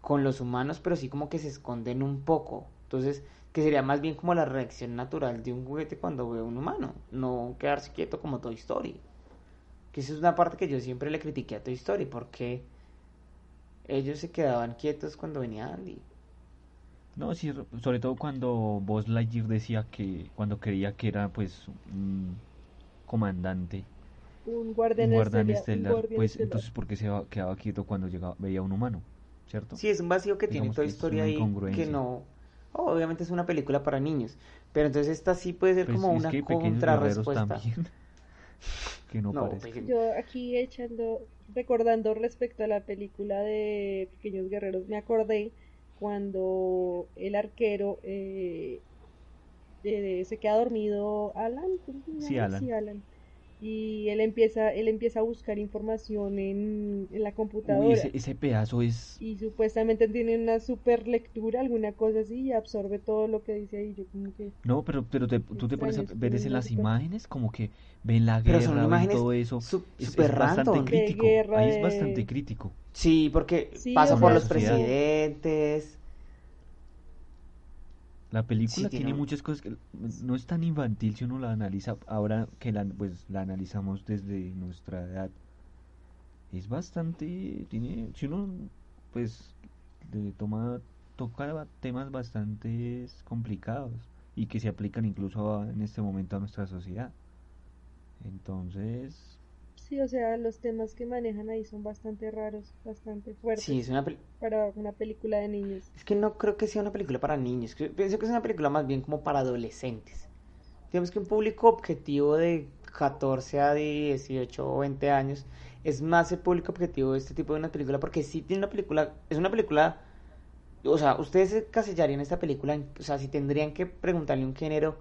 [SPEAKER 1] con los humanos, pero sí como que se esconden un poco. Entonces, que sería más bien como la reacción natural de un juguete cuando ve a un humano, no quedarse quieto como Toy Story. Que esa es una parte que yo siempre le critiqué a Toy Story, porque ellos se quedaban quietos cuando venía Andy.
[SPEAKER 2] No, sí, re- sobre todo cuando Buzz Lightyear decía que, cuando creía que era pues un comandante,
[SPEAKER 3] Un
[SPEAKER 2] un
[SPEAKER 3] guardián
[SPEAKER 2] guardián
[SPEAKER 3] estelar. un
[SPEAKER 2] estelar,
[SPEAKER 3] guardián
[SPEAKER 2] pues
[SPEAKER 3] estelar.
[SPEAKER 2] entonces ¿por qué se va- quedaba quieto cuando llegaba, veía a un humano? ¿Cierto?
[SPEAKER 1] Sí, es un vacío que tiene
[SPEAKER 2] Digamos
[SPEAKER 1] toda
[SPEAKER 2] que es
[SPEAKER 1] historia
[SPEAKER 2] una
[SPEAKER 1] ahí que
[SPEAKER 2] incongruencia.
[SPEAKER 1] no. oh, Obviamente es una película para niños, pero entonces esta sí puede ser
[SPEAKER 2] Pues
[SPEAKER 1] como
[SPEAKER 2] es
[SPEAKER 1] una
[SPEAKER 2] que pequeños guerreros
[SPEAKER 1] contrarrespuesta.
[SPEAKER 2] también, *laughs* que no,
[SPEAKER 1] No,
[SPEAKER 2] parece.
[SPEAKER 1] pues,
[SPEAKER 3] Yo aquí echando, recordando respecto a la película de Pequeños Guerreros, me acordé cuando el arquero eh, eh, se queda dormido, Alan, ¿cómo se
[SPEAKER 2] Sí,
[SPEAKER 3] llama?
[SPEAKER 2] Alan.
[SPEAKER 3] Y él empieza, él empieza a buscar información en, en la computadora.
[SPEAKER 2] Uy, ese, ese pedazo es...
[SPEAKER 3] Y supuestamente tiene una super lectura, alguna cosa así, y absorbe todo lo que dice ahí. Yo como que...
[SPEAKER 2] No, pero, pero te- tú te pones a
[SPEAKER 3] Extraño,
[SPEAKER 2] ver
[SPEAKER 3] sí,
[SPEAKER 2] es en
[SPEAKER 3] no
[SPEAKER 2] las
[SPEAKER 3] sé cómo.
[SPEAKER 2] imágenes, como que ven la
[SPEAKER 1] Pero son
[SPEAKER 2] guerra, ven
[SPEAKER 1] imágenes
[SPEAKER 2] todo eso.
[SPEAKER 1] su-
[SPEAKER 2] Es, es
[SPEAKER 1] super
[SPEAKER 2] bastante
[SPEAKER 1] random.
[SPEAKER 3] crítico.
[SPEAKER 2] crítico,
[SPEAKER 3] De guerra,
[SPEAKER 2] ahí es
[SPEAKER 3] de-
[SPEAKER 2] bastante crítico.
[SPEAKER 1] Sí, porque
[SPEAKER 3] Sí,
[SPEAKER 1] pasa
[SPEAKER 2] o
[SPEAKER 1] por
[SPEAKER 2] sea,
[SPEAKER 1] los
[SPEAKER 2] sí.
[SPEAKER 1] presidentes.
[SPEAKER 2] La película
[SPEAKER 1] Sí,
[SPEAKER 2] tiene
[SPEAKER 1] tiene-
[SPEAKER 2] muchas cosas que no es tan infantil si uno la analiza ahora que la, pues, la analizamos desde nuestra edad. Es bastante, tiene, si uno pues le toma, toca ba- temas bastante complicados y que se aplican incluso a- en este momento a nuestra sociedad. Entonces,
[SPEAKER 3] Sí, o sea, los temas que manejan ahí son bastante raros, bastante fuertes
[SPEAKER 1] Sí, es una pel-
[SPEAKER 3] para una película de niños.
[SPEAKER 1] es que no creo que sea una película para niños. que- Pienso que es una película más bien como para adolescentes. Digamos que un público objetivo de 14 a 18 o 20 años es más el público objetivo de este tipo de una película porque sí tiene una película, es una película O sea, ustedes se encasillarían esta película, en- o sea, si tendrían que preguntarle un género,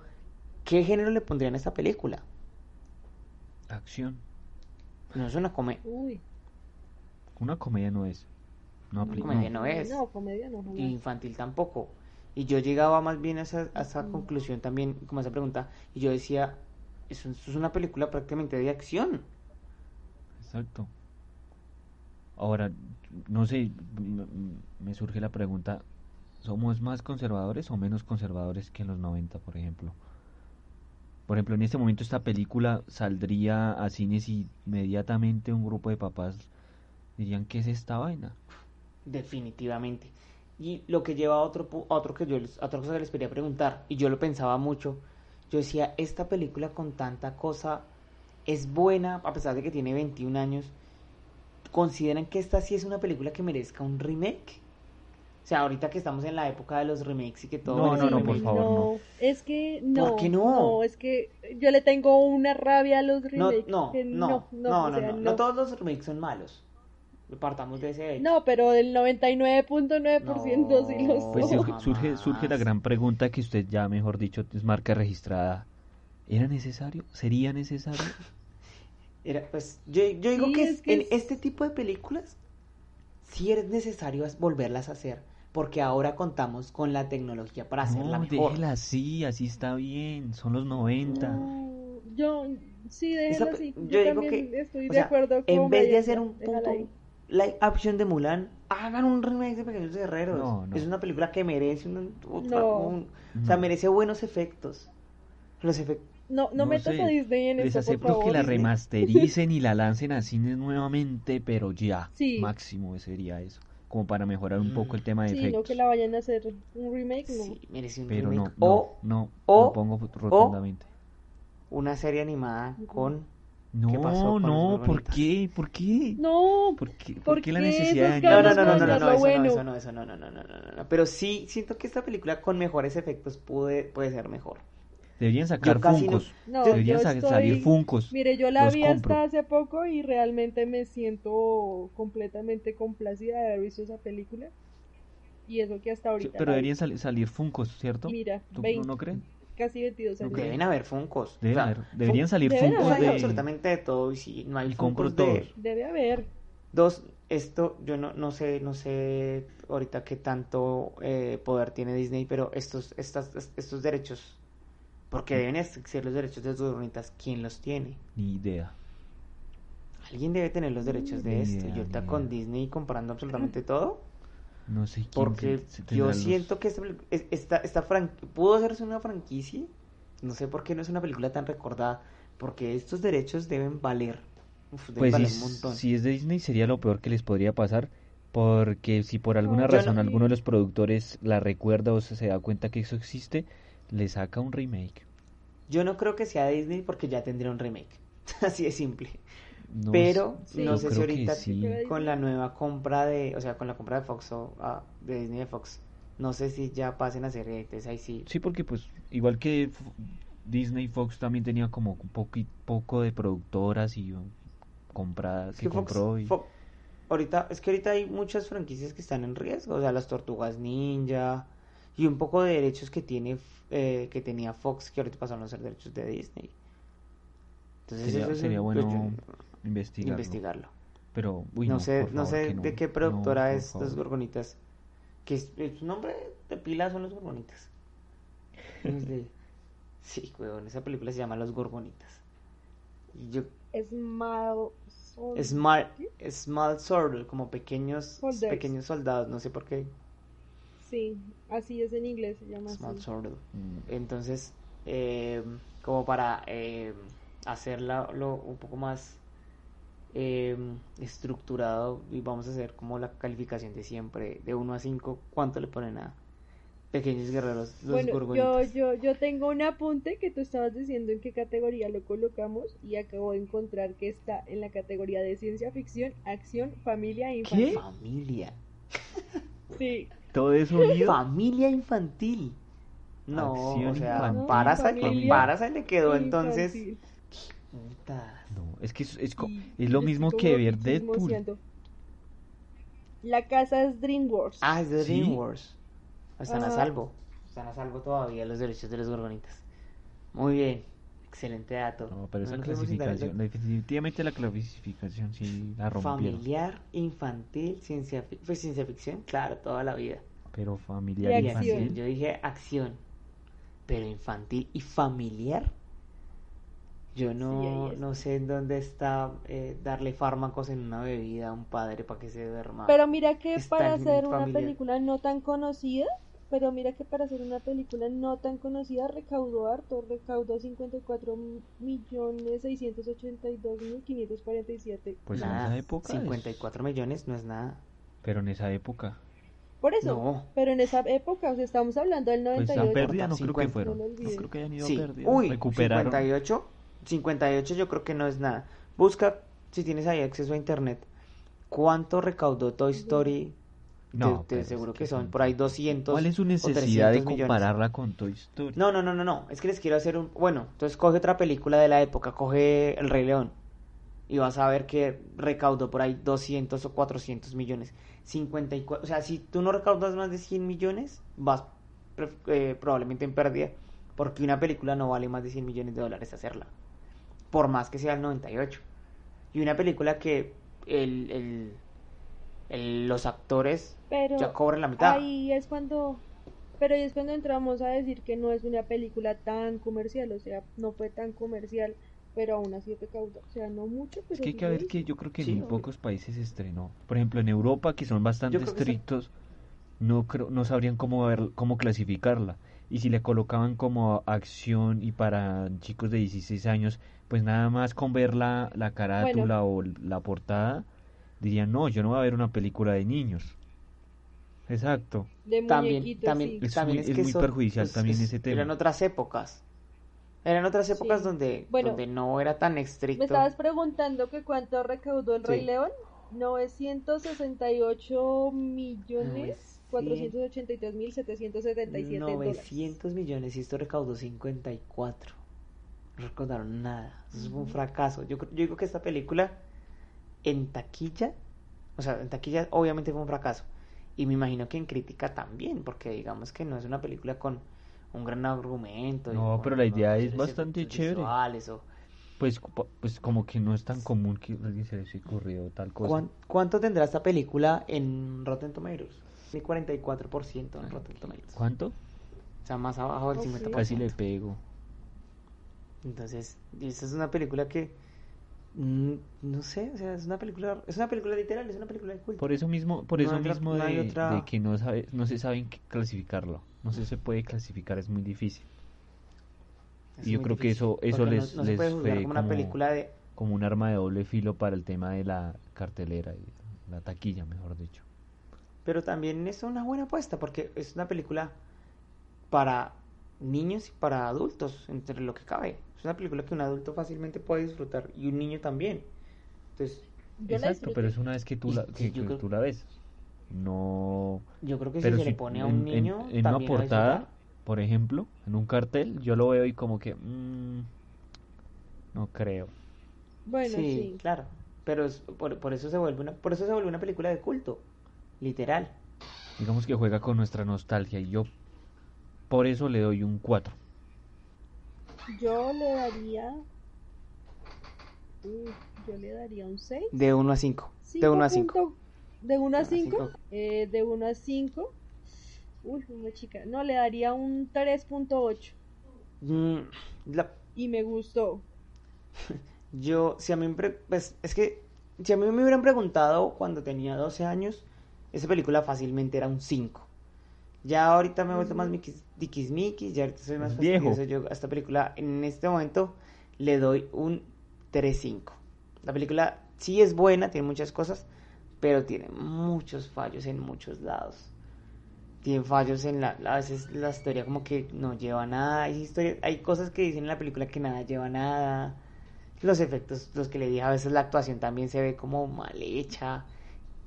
[SPEAKER 1] ¿qué género le pondrían a esta película?
[SPEAKER 2] acción.
[SPEAKER 1] No es una comedia,
[SPEAKER 3] Uy,
[SPEAKER 2] Una comedia no es. No
[SPEAKER 1] Una
[SPEAKER 2] apli-
[SPEAKER 1] comedia
[SPEAKER 2] no.
[SPEAKER 1] no es,
[SPEAKER 3] no, comedia no,
[SPEAKER 1] y
[SPEAKER 3] jamás.
[SPEAKER 1] infantil tampoco. Y yo llegaba más bien a esa, a esa conclusión también, como a esa pregunta, y yo decía, es, un- es una película prácticamente de acción.
[SPEAKER 2] Exacto. Ahora, no sé, me, me surge la pregunta, ¿somos más conservadores o menos conservadores que en los 90, por ejemplo? Por ejemplo, en este momento esta película saldría a cines y inmediatamente un grupo de papás dirían, ¿qué es esta vaina?
[SPEAKER 1] Definitivamente. Y lo que lleva a otro, pu- a otro que yo les- a otra cosa que les quería preguntar, y yo lo pensaba mucho, yo decía, esta película con tanta cosa es buena, a pesar de que tiene 21 años, ¿consideran que esta sí es una película que merezca un remake? O sea, ahorita que estamos en la época de los remakes y que todo...
[SPEAKER 2] No,
[SPEAKER 1] merece
[SPEAKER 2] no, no,
[SPEAKER 1] un
[SPEAKER 2] por
[SPEAKER 1] remake.
[SPEAKER 2] favor, no.
[SPEAKER 3] Es que no.
[SPEAKER 1] ¿Por qué no?
[SPEAKER 3] es que yo le tengo una rabia a los
[SPEAKER 1] No,
[SPEAKER 3] remakes.
[SPEAKER 1] no,
[SPEAKER 3] que
[SPEAKER 1] no, no,
[SPEAKER 3] o
[SPEAKER 1] no,
[SPEAKER 3] sea,
[SPEAKER 1] no, no todos los remakes son malos. Partamos de ese hecho.
[SPEAKER 3] No, pero del 99.9% sí lo
[SPEAKER 1] No.
[SPEAKER 2] Pues
[SPEAKER 3] son.
[SPEAKER 2] surge, surge, surge la
[SPEAKER 1] Oh, Jamás.
[SPEAKER 2] gran pregunta que usted ya, mejor dicho, es marca registrada. ¿Era necesario? ¿Sería necesario?
[SPEAKER 1] Era, pues, yo, yo digo
[SPEAKER 3] Sí,
[SPEAKER 1] que,
[SPEAKER 3] es
[SPEAKER 1] es-
[SPEAKER 3] que
[SPEAKER 1] en
[SPEAKER 3] es-
[SPEAKER 1] este tipo de películas sí es necesario as- volverlas a hacer, porque ahora contamos con la tecnología para hacerla
[SPEAKER 2] No,
[SPEAKER 1] mejor.
[SPEAKER 2] déjela así, así está bien, son los 90.
[SPEAKER 1] Oh.
[SPEAKER 3] No, yo sí,
[SPEAKER 1] Esa
[SPEAKER 3] déjalo
[SPEAKER 1] pe-
[SPEAKER 3] así.
[SPEAKER 1] yo
[SPEAKER 3] Yo,
[SPEAKER 1] digo
[SPEAKER 3] también
[SPEAKER 1] que,
[SPEAKER 3] estoy
[SPEAKER 1] o
[SPEAKER 3] de
[SPEAKER 1] sea,
[SPEAKER 3] acuerdo con
[SPEAKER 1] En vez de
[SPEAKER 3] Mariana,
[SPEAKER 1] hacer un
[SPEAKER 3] déjala
[SPEAKER 1] puto
[SPEAKER 3] ahí.
[SPEAKER 1] live action de Mulan, hagan un remake de Pequeños Guerreros.
[SPEAKER 2] No, no.
[SPEAKER 1] Es una película que merece un, otra-
[SPEAKER 3] No.
[SPEAKER 1] un- o sea,
[SPEAKER 2] No.
[SPEAKER 1] merece buenos efectos. Los efectos.
[SPEAKER 3] No, no,
[SPEAKER 2] No
[SPEAKER 3] metas
[SPEAKER 2] sé,
[SPEAKER 3] a Disney en
[SPEAKER 2] Les
[SPEAKER 3] eso, por
[SPEAKER 2] acepto que
[SPEAKER 3] favor.
[SPEAKER 2] la
[SPEAKER 1] Disney.
[SPEAKER 2] remastericen y la lancen a cines nuevamente, pero ya,
[SPEAKER 3] *laughs* Sí.
[SPEAKER 2] máximo sería eso, como para mejorar un
[SPEAKER 1] Mm.
[SPEAKER 2] poco el tema de
[SPEAKER 3] Sí, no
[SPEAKER 2] efectos.
[SPEAKER 3] que la vayan a hacer un remake, no.
[SPEAKER 1] Sí, merece un
[SPEAKER 2] Pero no,
[SPEAKER 1] remake.
[SPEAKER 2] no,
[SPEAKER 1] Mm. O
[SPEAKER 2] no,
[SPEAKER 1] o-
[SPEAKER 2] lo pongo rotundamente.
[SPEAKER 1] una serie animada con.
[SPEAKER 2] No,
[SPEAKER 1] pasó con los
[SPEAKER 2] no, ¿por
[SPEAKER 1] gorgonitas?
[SPEAKER 2] qué? ¿por qué?
[SPEAKER 3] No,
[SPEAKER 2] ¿Por qué, por
[SPEAKER 3] ¿por
[SPEAKER 2] qué la
[SPEAKER 3] qué
[SPEAKER 2] necesidad de
[SPEAKER 3] esos
[SPEAKER 1] No,
[SPEAKER 2] añadir
[SPEAKER 1] no, no,
[SPEAKER 3] Vamos
[SPEAKER 1] no, no,
[SPEAKER 3] con
[SPEAKER 1] no,
[SPEAKER 3] lo
[SPEAKER 1] no, eso
[SPEAKER 3] bueno.
[SPEAKER 1] no, eso no, eso no, no, no, no, no, no, no. Pero sí siento que esta película con mejores efectos puede, puede ser mejor.
[SPEAKER 2] Deberían sacar
[SPEAKER 1] Yo casi no-
[SPEAKER 2] Funcos.
[SPEAKER 3] No,
[SPEAKER 2] Deberían
[SPEAKER 3] yo
[SPEAKER 2] sa-
[SPEAKER 3] estoy-
[SPEAKER 2] salir Funcos.
[SPEAKER 3] Mire, yo la
[SPEAKER 2] Los
[SPEAKER 3] vi
[SPEAKER 2] compro.
[SPEAKER 3] hasta hace poco y realmente me siento completamente complacida de haber visto esa película. Y eso que hasta ahorita.
[SPEAKER 2] Pero
[SPEAKER 3] la vi.
[SPEAKER 2] deberían sali- salir Funcos, ¿cierto?
[SPEAKER 3] Mira,
[SPEAKER 2] ¿Tú
[SPEAKER 3] 20,
[SPEAKER 2] no crees?
[SPEAKER 3] casi 22 años.
[SPEAKER 1] Deben haber funcos.
[SPEAKER 2] Deben haber- deberían salir
[SPEAKER 3] deben
[SPEAKER 2] Funcos
[SPEAKER 3] haber.
[SPEAKER 1] Hay
[SPEAKER 2] de...
[SPEAKER 1] absolutamente de todo y si no hay
[SPEAKER 2] Y compro
[SPEAKER 1] funcos de
[SPEAKER 2] todos.
[SPEAKER 3] Debe haber.
[SPEAKER 1] dos, esto yo no, no sé, no sé ahorita qué tanto eh, poder tiene Disney, pero estos, estas, estos derechos, porque
[SPEAKER 2] Mm.
[SPEAKER 1] deben existir los derechos de los gorgonitas, ¿quién los tiene?
[SPEAKER 2] Ni idea.
[SPEAKER 1] Alguien debe tener los derechos de
[SPEAKER 2] Ni
[SPEAKER 1] esto.
[SPEAKER 2] idea,
[SPEAKER 1] Y ahorita
[SPEAKER 2] ni
[SPEAKER 1] con
[SPEAKER 2] idea.
[SPEAKER 1] Disney comprando absolutamente todo.
[SPEAKER 2] No sé quién
[SPEAKER 1] Porque
[SPEAKER 2] se- se tendrá
[SPEAKER 1] yo
[SPEAKER 2] los-
[SPEAKER 1] siento que esta, peli- es- esta, esta fran- pudo hacerse una franquicia. No sé por qué no es una película tan recordada. Porque estos derechos deben valer. Uf, deben
[SPEAKER 2] Pues si,
[SPEAKER 1] valer un
[SPEAKER 2] es-
[SPEAKER 1] montón.
[SPEAKER 2] si es de Disney sería lo peor que les podría pasar. Porque si por alguna
[SPEAKER 3] No, yo
[SPEAKER 2] razón
[SPEAKER 3] no-
[SPEAKER 2] alguno de los productores la recuerda o se, se da cuenta que eso existe, le saca un remake.
[SPEAKER 1] Yo no creo que sea Disney porque ya tendría un remake. *laughs* Así de simple.
[SPEAKER 2] No
[SPEAKER 1] Pero
[SPEAKER 2] sé-
[SPEAKER 3] no
[SPEAKER 2] yo
[SPEAKER 1] sé si
[SPEAKER 2] creo que
[SPEAKER 1] ahorita-
[SPEAKER 2] sí.
[SPEAKER 3] Pero-
[SPEAKER 1] Con la nueva compra de. O sea, con la compra de Fox o ah, de Disney de Fox. No sé si ya pasen a ser. Entonces ahí sí.
[SPEAKER 2] Sí, porque pues igual que F- Disney Fox también tenía como un poqui- poco de productoras y um, compradas
[SPEAKER 1] Es
[SPEAKER 2] que
[SPEAKER 1] que Fox-
[SPEAKER 2] compró y
[SPEAKER 1] Fo- ahorita, es que ahorita hay muchas franquicias que están en riesgo, o sea, las Tortugas Ninja y un poco de derechos que tiene eh, que tenía Fox que ahorita pasaron a ser derechos de Disney. Entonces
[SPEAKER 2] Sería-
[SPEAKER 1] eso es
[SPEAKER 2] sería
[SPEAKER 1] un-
[SPEAKER 2] bueno
[SPEAKER 1] pues, yo-
[SPEAKER 2] investigarlo.
[SPEAKER 1] investigarlo.
[SPEAKER 2] Pero uy,
[SPEAKER 1] no,
[SPEAKER 2] no,
[SPEAKER 1] sé,
[SPEAKER 2] por
[SPEAKER 1] no
[SPEAKER 2] favor,
[SPEAKER 1] sé
[SPEAKER 2] que no,
[SPEAKER 1] de qué
[SPEAKER 2] no,
[SPEAKER 1] productora
[SPEAKER 2] por
[SPEAKER 1] es los
[SPEAKER 2] favor.
[SPEAKER 1] Gorgonitas. Que es, eh, su nombre de pila son
[SPEAKER 2] *laughs*
[SPEAKER 1] los Gorgonitas. Es de- sí, weón, esa película se llama Los Gorgonitas. Y yo
[SPEAKER 3] Es malo. son-
[SPEAKER 1] Small, small soldier, como pequeños
[SPEAKER 3] Soldados.
[SPEAKER 1] pequeños soldados, no sé por qué.
[SPEAKER 3] Sí, así es en inglés, se llama así.
[SPEAKER 1] Small soldier.
[SPEAKER 2] Mm,
[SPEAKER 1] Entonces, eh, como para eh, hacerla lo- un poco más eh, estructurado, y vamos a hacer como la calificación de siempre, de 1 a 5, ¿cuánto le ponen a Pequeños Guerreros los
[SPEAKER 3] Bueno, yo,
[SPEAKER 1] gorgonitas?
[SPEAKER 3] yo, yo tengo un apunte que tú estabas diciendo en qué categoría lo colocamos y acabo de encontrar que está en la categoría de ciencia ficción, acción, familia e infancia.
[SPEAKER 1] Familia.
[SPEAKER 3] Sí,
[SPEAKER 2] Todo eso unido.
[SPEAKER 1] Familia infantil. No,
[SPEAKER 2] Acción
[SPEAKER 1] o sea,
[SPEAKER 2] infantil.
[SPEAKER 1] Parasite,
[SPEAKER 2] Familia
[SPEAKER 1] Parasite le quedó entonces.
[SPEAKER 3] infantil.
[SPEAKER 1] Puta.
[SPEAKER 2] No, es que es, es co-
[SPEAKER 3] Y
[SPEAKER 2] es lo
[SPEAKER 3] estoy
[SPEAKER 2] mismo
[SPEAKER 3] como
[SPEAKER 2] que ver Deadpool.
[SPEAKER 3] chismoseando. La casa es DreamWorks.
[SPEAKER 1] Ah, es de
[SPEAKER 2] Sí.
[SPEAKER 1] DreamWorks. Están a
[SPEAKER 3] Ajá.
[SPEAKER 1] salvo. Están a salvo todavía los derechos de los gorgonitas. Muy bien. Excelente dato.
[SPEAKER 2] No, pero
[SPEAKER 1] No
[SPEAKER 2] esa
[SPEAKER 1] nos fuimos sin dar el
[SPEAKER 2] clasificación, definitivamente la clasificación sí la
[SPEAKER 1] dato.
[SPEAKER 2] rompieron.
[SPEAKER 1] Familiar, infantil, ciencia, fi- pues, ciencia ficción, claro, toda la vida.
[SPEAKER 2] Pero familiar
[SPEAKER 3] Y
[SPEAKER 1] Y acción.
[SPEAKER 2] infantil.
[SPEAKER 1] Yo dije acción. Pero infantil y familiar. Yo no,
[SPEAKER 3] ahí está.
[SPEAKER 1] no sé en dónde está eh, darle fármacos en una bebida a un padre para que se duerma.
[SPEAKER 3] Pero mira que
[SPEAKER 1] Es
[SPEAKER 3] para
[SPEAKER 1] tan
[SPEAKER 3] hacer una
[SPEAKER 1] familiar.
[SPEAKER 3] película no tan conocida, pero mira que para hacer una película no tan conocida recaudó harto, recaudó 54 millones 682 mil 547.
[SPEAKER 2] Pues en
[SPEAKER 1] Nada,
[SPEAKER 2] esa época. es-
[SPEAKER 1] 54 millones no es nada.
[SPEAKER 2] Pero en esa época.
[SPEAKER 3] Por eso,
[SPEAKER 1] No.
[SPEAKER 3] pero en esa época, o sea, estamos hablando del
[SPEAKER 2] Pues
[SPEAKER 3] 98.
[SPEAKER 2] a pérdida no creo
[SPEAKER 1] 50,
[SPEAKER 2] que
[SPEAKER 1] no
[SPEAKER 2] fueron.
[SPEAKER 3] lo
[SPEAKER 2] No
[SPEAKER 3] olvides.
[SPEAKER 2] creo que hayan ido a
[SPEAKER 1] Sí.
[SPEAKER 2] pérdida.
[SPEAKER 1] Uy,
[SPEAKER 2] Recuperaron.
[SPEAKER 1] 58. 58 yo creo que no es nada. Busca, si tienes ahí acceso a internet, cuánto recaudó Toy Story.
[SPEAKER 2] No,
[SPEAKER 1] te,
[SPEAKER 2] pero es
[SPEAKER 1] seguro
[SPEAKER 2] que
[SPEAKER 1] que son
[SPEAKER 2] son-
[SPEAKER 1] por ahí 200
[SPEAKER 2] ¿Cuál es su
[SPEAKER 1] o
[SPEAKER 2] necesidad de
[SPEAKER 1] 300 millones.
[SPEAKER 2] compararla con Toy Story?
[SPEAKER 1] No, no, no, no, no. Es que les quiero hacer un... Bueno, entonces coge otra película de la época, coge El Rey León. Y vas a ver que recaudó por ahí 200 o 400 millones. 54... O sea, si tú no recaudas más de 100 millones, vas pre- eh, probablemente en pérdida. Porque una película no vale más de 100 millones de dólares hacerla. Por más que sea el 98. Y una película que el, el- el- los actores
[SPEAKER 3] Pero
[SPEAKER 1] ya cobran la mitad.
[SPEAKER 3] ahí es cuando pero ahí es cuando entramos a decir que no es una película tan comercial, o sea, no fue tan comercial, pero aún así recaudó, o sea, no mucho, pero
[SPEAKER 2] Es que hay
[SPEAKER 3] sí
[SPEAKER 2] que
[SPEAKER 3] lo
[SPEAKER 2] ver
[SPEAKER 3] hizo.
[SPEAKER 2] que yo creo que
[SPEAKER 1] Sí,
[SPEAKER 2] en muy
[SPEAKER 1] obvio.
[SPEAKER 2] pocos países se estrenó. Por ejemplo, en Europa, que son bastante
[SPEAKER 1] Yo creo que sí.
[SPEAKER 2] estrictos, no creo, no sabrían cómo ver, cómo clasificarla. Y si le colocaban como acción y para chicos de 16 años, pues nada más con ver la, la carátula o la portada, dirían, no, yo no voy a ver una película de niños. Exacto.
[SPEAKER 3] de
[SPEAKER 1] también,
[SPEAKER 3] muñequitos,
[SPEAKER 1] también,
[SPEAKER 3] sí.
[SPEAKER 2] Es
[SPEAKER 1] también
[SPEAKER 2] muy-
[SPEAKER 1] es
[SPEAKER 2] es
[SPEAKER 1] que
[SPEAKER 2] muy
[SPEAKER 1] eso,
[SPEAKER 2] perjudicial
[SPEAKER 1] pues,
[SPEAKER 2] también
[SPEAKER 1] es-
[SPEAKER 2] ese tema.
[SPEAKER 1] Eran otras épocas. Eran otras épocas
[SPEAKER 3] Sí.
[SPEAKER 1] donde,
[SPEAKER 3] Bueno,
[SPEAKER 1] donde no era tan estricto.
[SPEAKER 3] Me estabas preguntando que cuánto recaudó el Rey
[SPEAKER 1] Sí.
[SPEAKER 3] León. 968 millones
[SPEAKER 1] Novecien-
[SPEAKER 3] 483 mil 777 dólares.
[SPEAKER 1] 900 millones y esto recaudó 54. No recaudaron nada. Eso fue un fracaso. Yo, cre- yo digo que esta película en taquilla, o sea, en taquilla obviamente fue un fracaso. Y me imagino que en crítica también, porque digamos que no es una película con un gran argumento. y
[SPEAKER 2] No,
[SPEAKER 1] con
[SPEAKER 2] pero la
[SPEAKER 1] unos
[SPEAKER 2] idea es
[SPEAKER 1] grandes
[SPEAKER 2] bastante
[SPEAKER 1] efectos
[SPEAKER 2] chévere.
[SPEAKER 1] visuales o-
[SPEAKER 2] Pues, co- pues como que no es tan común que a alguien se les ocurrió tal cosa.
[SPEAKER 1] ¿Cuán- ¿Cuánto tendrá esta película en Rotten Tomatoes? Tiene 44% en Rotten Tomatoes.
[SPEAKER 2] ¿Cuánto?
[SPEAKER 1] O sea, más abajo del
[SPEAKER 3] Ok.
[SPEAKER 1] 50%.
[SPEAKER 2] Casi le pego.
[SPEAKER 1] Entonces, y esta es una película que mm, no sé, o sea, es una película, es una película literal, es una película de culto.
[SPEAKER 2] Por eso mismo, por
[SPEAKER 1] No
[SPEAKER 2] eso
[SPEAKER 1] hay otra-
[SPEAKER 2] mismo
[SPEAKER 1] no hay
[SPEAKER 2] de,
[SPEAKER 1] otra-
[SPEAKER 2] de que no sabe, no se sabe en qué clasificarlo. No se, se puede clasificar, es muy difícil.
[SPEAKER 1] Es
[SPEAKER 2] y yo
[SPEAKER 1] muy
[SPEAKER 2] creo que
[SPEAKER 1] difícil,
[SPEAKER 2] eso- eso
[SPEAKER 1] porque no-
[SPEAKER 2] les-
[SPEAKER 1] no se puede
[SPEAKER 2] les
[SPEAKER 1] juzgar
[SPEAKER 2] fue
[SPEAKER 1] como una
[SPEAKER 2] como-
[SPEAKER 1] película de
[SPEAKER 2] Como un arma de doble filo para el tema de la cartelera, y la taquilla, mejor dicho.
[SPEAKER 1] Pero también es una buena apuesta porque es una película para niños y para adultos, entre lo que cabe. Es una película que un adulto fácilmente puede disfrutar y un niño también. Entonces,
[SPEAKER 3] Yo la
[SPEAKER 2] Exacto, pero
[SPEAKER 3] disfruté.
[SPEAKER 2] es una vez que tú
[SPEAKER 1] Y-
[SPEAKER 2] la,
[SPEAKER 1] y
[SPEAKER 2] que,
[SPEAKER 1] yo
[SPEAKER 2] que
[SPEAKER 1] creo-
[SPEAKER 2] tú la ves. No.
[SPEAKER 1] yo creo que si
[SPEAKER 2] pero
[SPEAKER 1] se le
[SPEAKER 2] si
[SPEAKER 1] pone a
[SPEAKER 2] en-
[SPEAKER 1] un
[SPEAKER 2] en-
[SPEAKER 1] niño,
[SPEAKER 2] en una
[SPEAKER 1] también va a
[SPEAKER 2] portada,
[SPEAKER 1] disfrutar.
[SPEAKER 2] por ejemplo, en un cartel, yo lo veo y como que. mm, no creo.
[SPEAKER 3] Bueno,
[SPEAKER 1] sí,
[SPEAKER 3] sí.
[SPEAKER 1] claro. Pero es- por, por eso se vuelve una, por eso se vuelve una película de culto, literal.
[SPEAKER 2] Digamos que juega con nuestra nostalgia y yo por eso le doy un 4.
[SPEAKER 3] Yo le daría. Uf, yo le daría un 6.
[SPEAKER 1] De 1 a 5. De 1 a 5. De
[SPEAKER 3] De 1 a
[SPEAKER 1] uno a
[SPEAKER 3] 5.
[SPEAKER 1] cinco.
[SPEAKER 3] de 1 a 5. Uy, una chica. No, le daría un 3.8.
[SPEAKER 1] Mm,
[SPEAKER 3] Y me gustó.
[SPEAKER 1] yo, si a mí me pre- pues, es que si a mí me hubieran preguntado cuando tenía 12 años, esa película fácilmente era un 5. Ya ahorita me he vuelto más miquis- tiquismiquis, ya ahorita soy más
[SPEAKER 2] Viejo.
[SPEAKER 1] fastidioso. Yo a esta película en este momento le doy un 3.5. La película sí es buena, tiene muchas cosas, pero tiene muchos fallos en muchos lados. Tiene fallos en la, a veces la historia como que no lleva a nada, hay historias, hay cosas que dicen en la película que nada lleva a nada. Los efectos, los que le dije, a veces la actuación también se ve como mal hecha.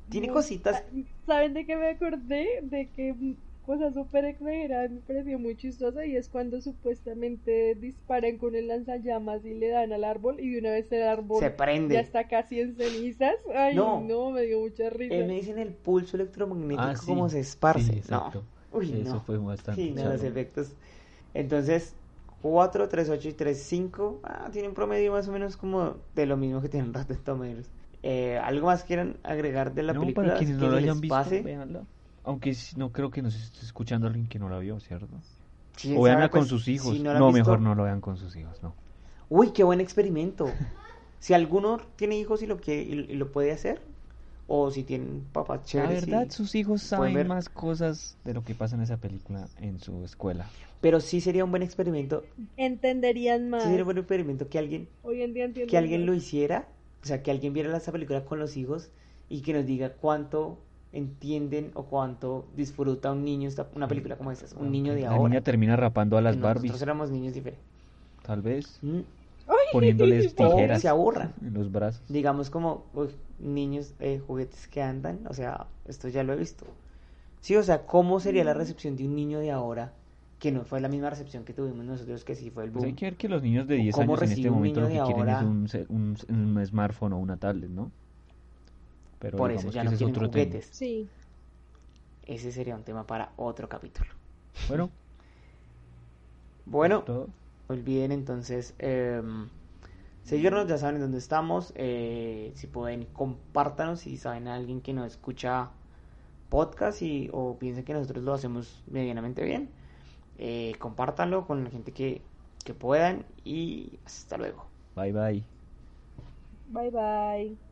[SPEAKER 1] Tiene
[SPEAKER 3] No,
[SPEAKER 1] cositas,
[SPEAKER 3] sa- ¿Saben de qué me acordé? De que mm, cosa súper exagerada me pareció muy chistosa y es cuando supuestamente disparan con el lanzallamas y le dan al árbol y de una vez el árbol
[SPEAKER 1] se prende.
[SPEAKER 3] ya está casi en cenizas. Ay,
[SPEAKER 1] No.
[SPEAKER 3] no, me dio mucha risa.
[SPEAKER 1] Eh, me dicen el pulso electromagnético
[SPEAKER 2] Ah, sí,
[SPEAKER 1] como se esparce.
[SPEAKER 2] sí, exacto.
[SPEAKER 1] No. Uy,
[SPEAKER 2] Eso
[SPEAKER 1] no.
[SPEAKER 2] fue bastante
[SPEAKER 1] Sí, no, los
[SPEAKER 2] charro.
[SPEAKER 1] efectos. Entonces, 4, 3, 8 y 3, 5. Ah, tiene un promedio más o menos como de lo mismo que tienen *laughs* Rotten Tomatoes. Eh, ¿Algo más quieran agregar de la
[SPEAKER 2] No,
[SPEAKER 1] película?
[SPEAKER 2] para quienes
[SPEAKER 1] que
[SPEAKER 2] no lo
[SPEAKER 1] se les
[SPEAKER 2] hayan visto,
[SPEAKER 1] pase?
[SPEAKER 2] véanla. Aunque si- no creo que nos esté escuchando alguien que no la vio, ¿cierto?
[SPEAKER 1] Sí,
[SPEAKER 2] O veanla
[SPEAKER 1] sabe,
[SPEAKER 2] con
[SPEAKER 1] pues,
[SPEAKER 2] sus hijos.
[SPEAKER 1] si no la
[SPEAKER 2] no,
[SPEAKER 1] han visto,
[SPEAKER 2] mejor no lo vean con sus hijos, no.
[SPEAKER 1] Uy, qué
[SPEAKER 2] *laughs*
[SPEAKER 1] buen experimento. Si alguno tiene hijos y lo quiere, y, y lo puede hacer, o si tienen papás
[SPEAKER 2] La
[SPEAKER 1] chéveres. y-
[SPEAKER 2] verdad, sus hijos
[SPEAKER 1] pueden ver.
[SPEAKER 2] saben más cosas de lo que pasa en esa película en su escuela.
[SPEAKER 1] Pero sí sería un buen experimento.
[SPEAKER 3] Entenderían más.
[SPEAKER 1] Sí sería un buen experimento que alguien
[SPEAKER 3] Hoy en día entiendo.
[SPEAKER 1] que alguien lo hiciera, o sea, que alguien viera esa película con los hijos y que nos diga cuánto entienden o cuánto disfruta un niño esta, una película como esta, un niño de
[SPEAKER 2] la
[SPEAKER 1] ahora.
[SPEAKER 2] niña termina rapando a las
[SPEAKER 1] No,
[SPEAKER 2] Barbies,
[SPEAKER 1] Nosotros éramos niños diferentes.
[SPEAKER 2] tal vez,
[SPEAKER 1] Mm. *laughs*
[SPEAKER 2] poniéndoles
[SPEAKER 1] O
[SPEAKER 2] tijeras
[SPEAKER 1] se ahorran.
[SPEAKER 2] en los brazos.
[SPEAKER 1] Digamos como uy, niños, eh, juguetes que andan, o sea, esto ya lo he visto. Sí, o sea, ¿cómo sería
[SPEAKER 2] Mm.
[SPEAKER 1] la recepción de un niño de ahora que no fue la misma recepción que tuvimos nosotros que sí fue el
[SPEAKER 2] Pues hay
[SPEAKER 1] boom?
[SPEAKER 2] que ver que los niños de
[SPEAKER 1] ¿O
[SPEAKER 2] 10
[SPEAKER 1] cómo
[SPEAKER 2] años en
[SPEAKER 1] recibe
[SPEAKER 2] este
[SPEAKER 1] un
[SPEAKER 2] momento lo que
[SPEAKER 1] niño de
[SPEAKER 2] quieren
[SPEAKER 1] ahora?
[SPEAKER 2] es un, ce- un, un smartphone o una tablet, ¿no? Pero
[SPEAKER 1] Por eso
[SPEAKER 2] digamos
[SPEAKER 1] ya
[SPEAKER 2] que
[SPEAKER 1] no
[SPEAKER 2] ese es
[SPEAKER 1] quieren
[SPEAKER 2] otro tema.
[SPEAKER 1] juguetes.
[SPEAKER 3] Sí.
[SPEAKER 1] Ese sería un tema para otro capítulo.
[SPEAKER 2] Bueno,
[SPEAKER 1] Bueno,
[SPEAKER 2] todo.
[SPEAKER 1] No olviden entonces em, seguirnos, ya saben dónde estamos. eh, si pueden, compártanos si saben a alguien que no escucha podcast y, o piensen que nosotros lo hacemos medianamente bien. eh, compártanlo con la gente que, que puedan y hasta luego.
[SPEAKER 2] Bye bye.
[SPEAKER 3] Bye bye.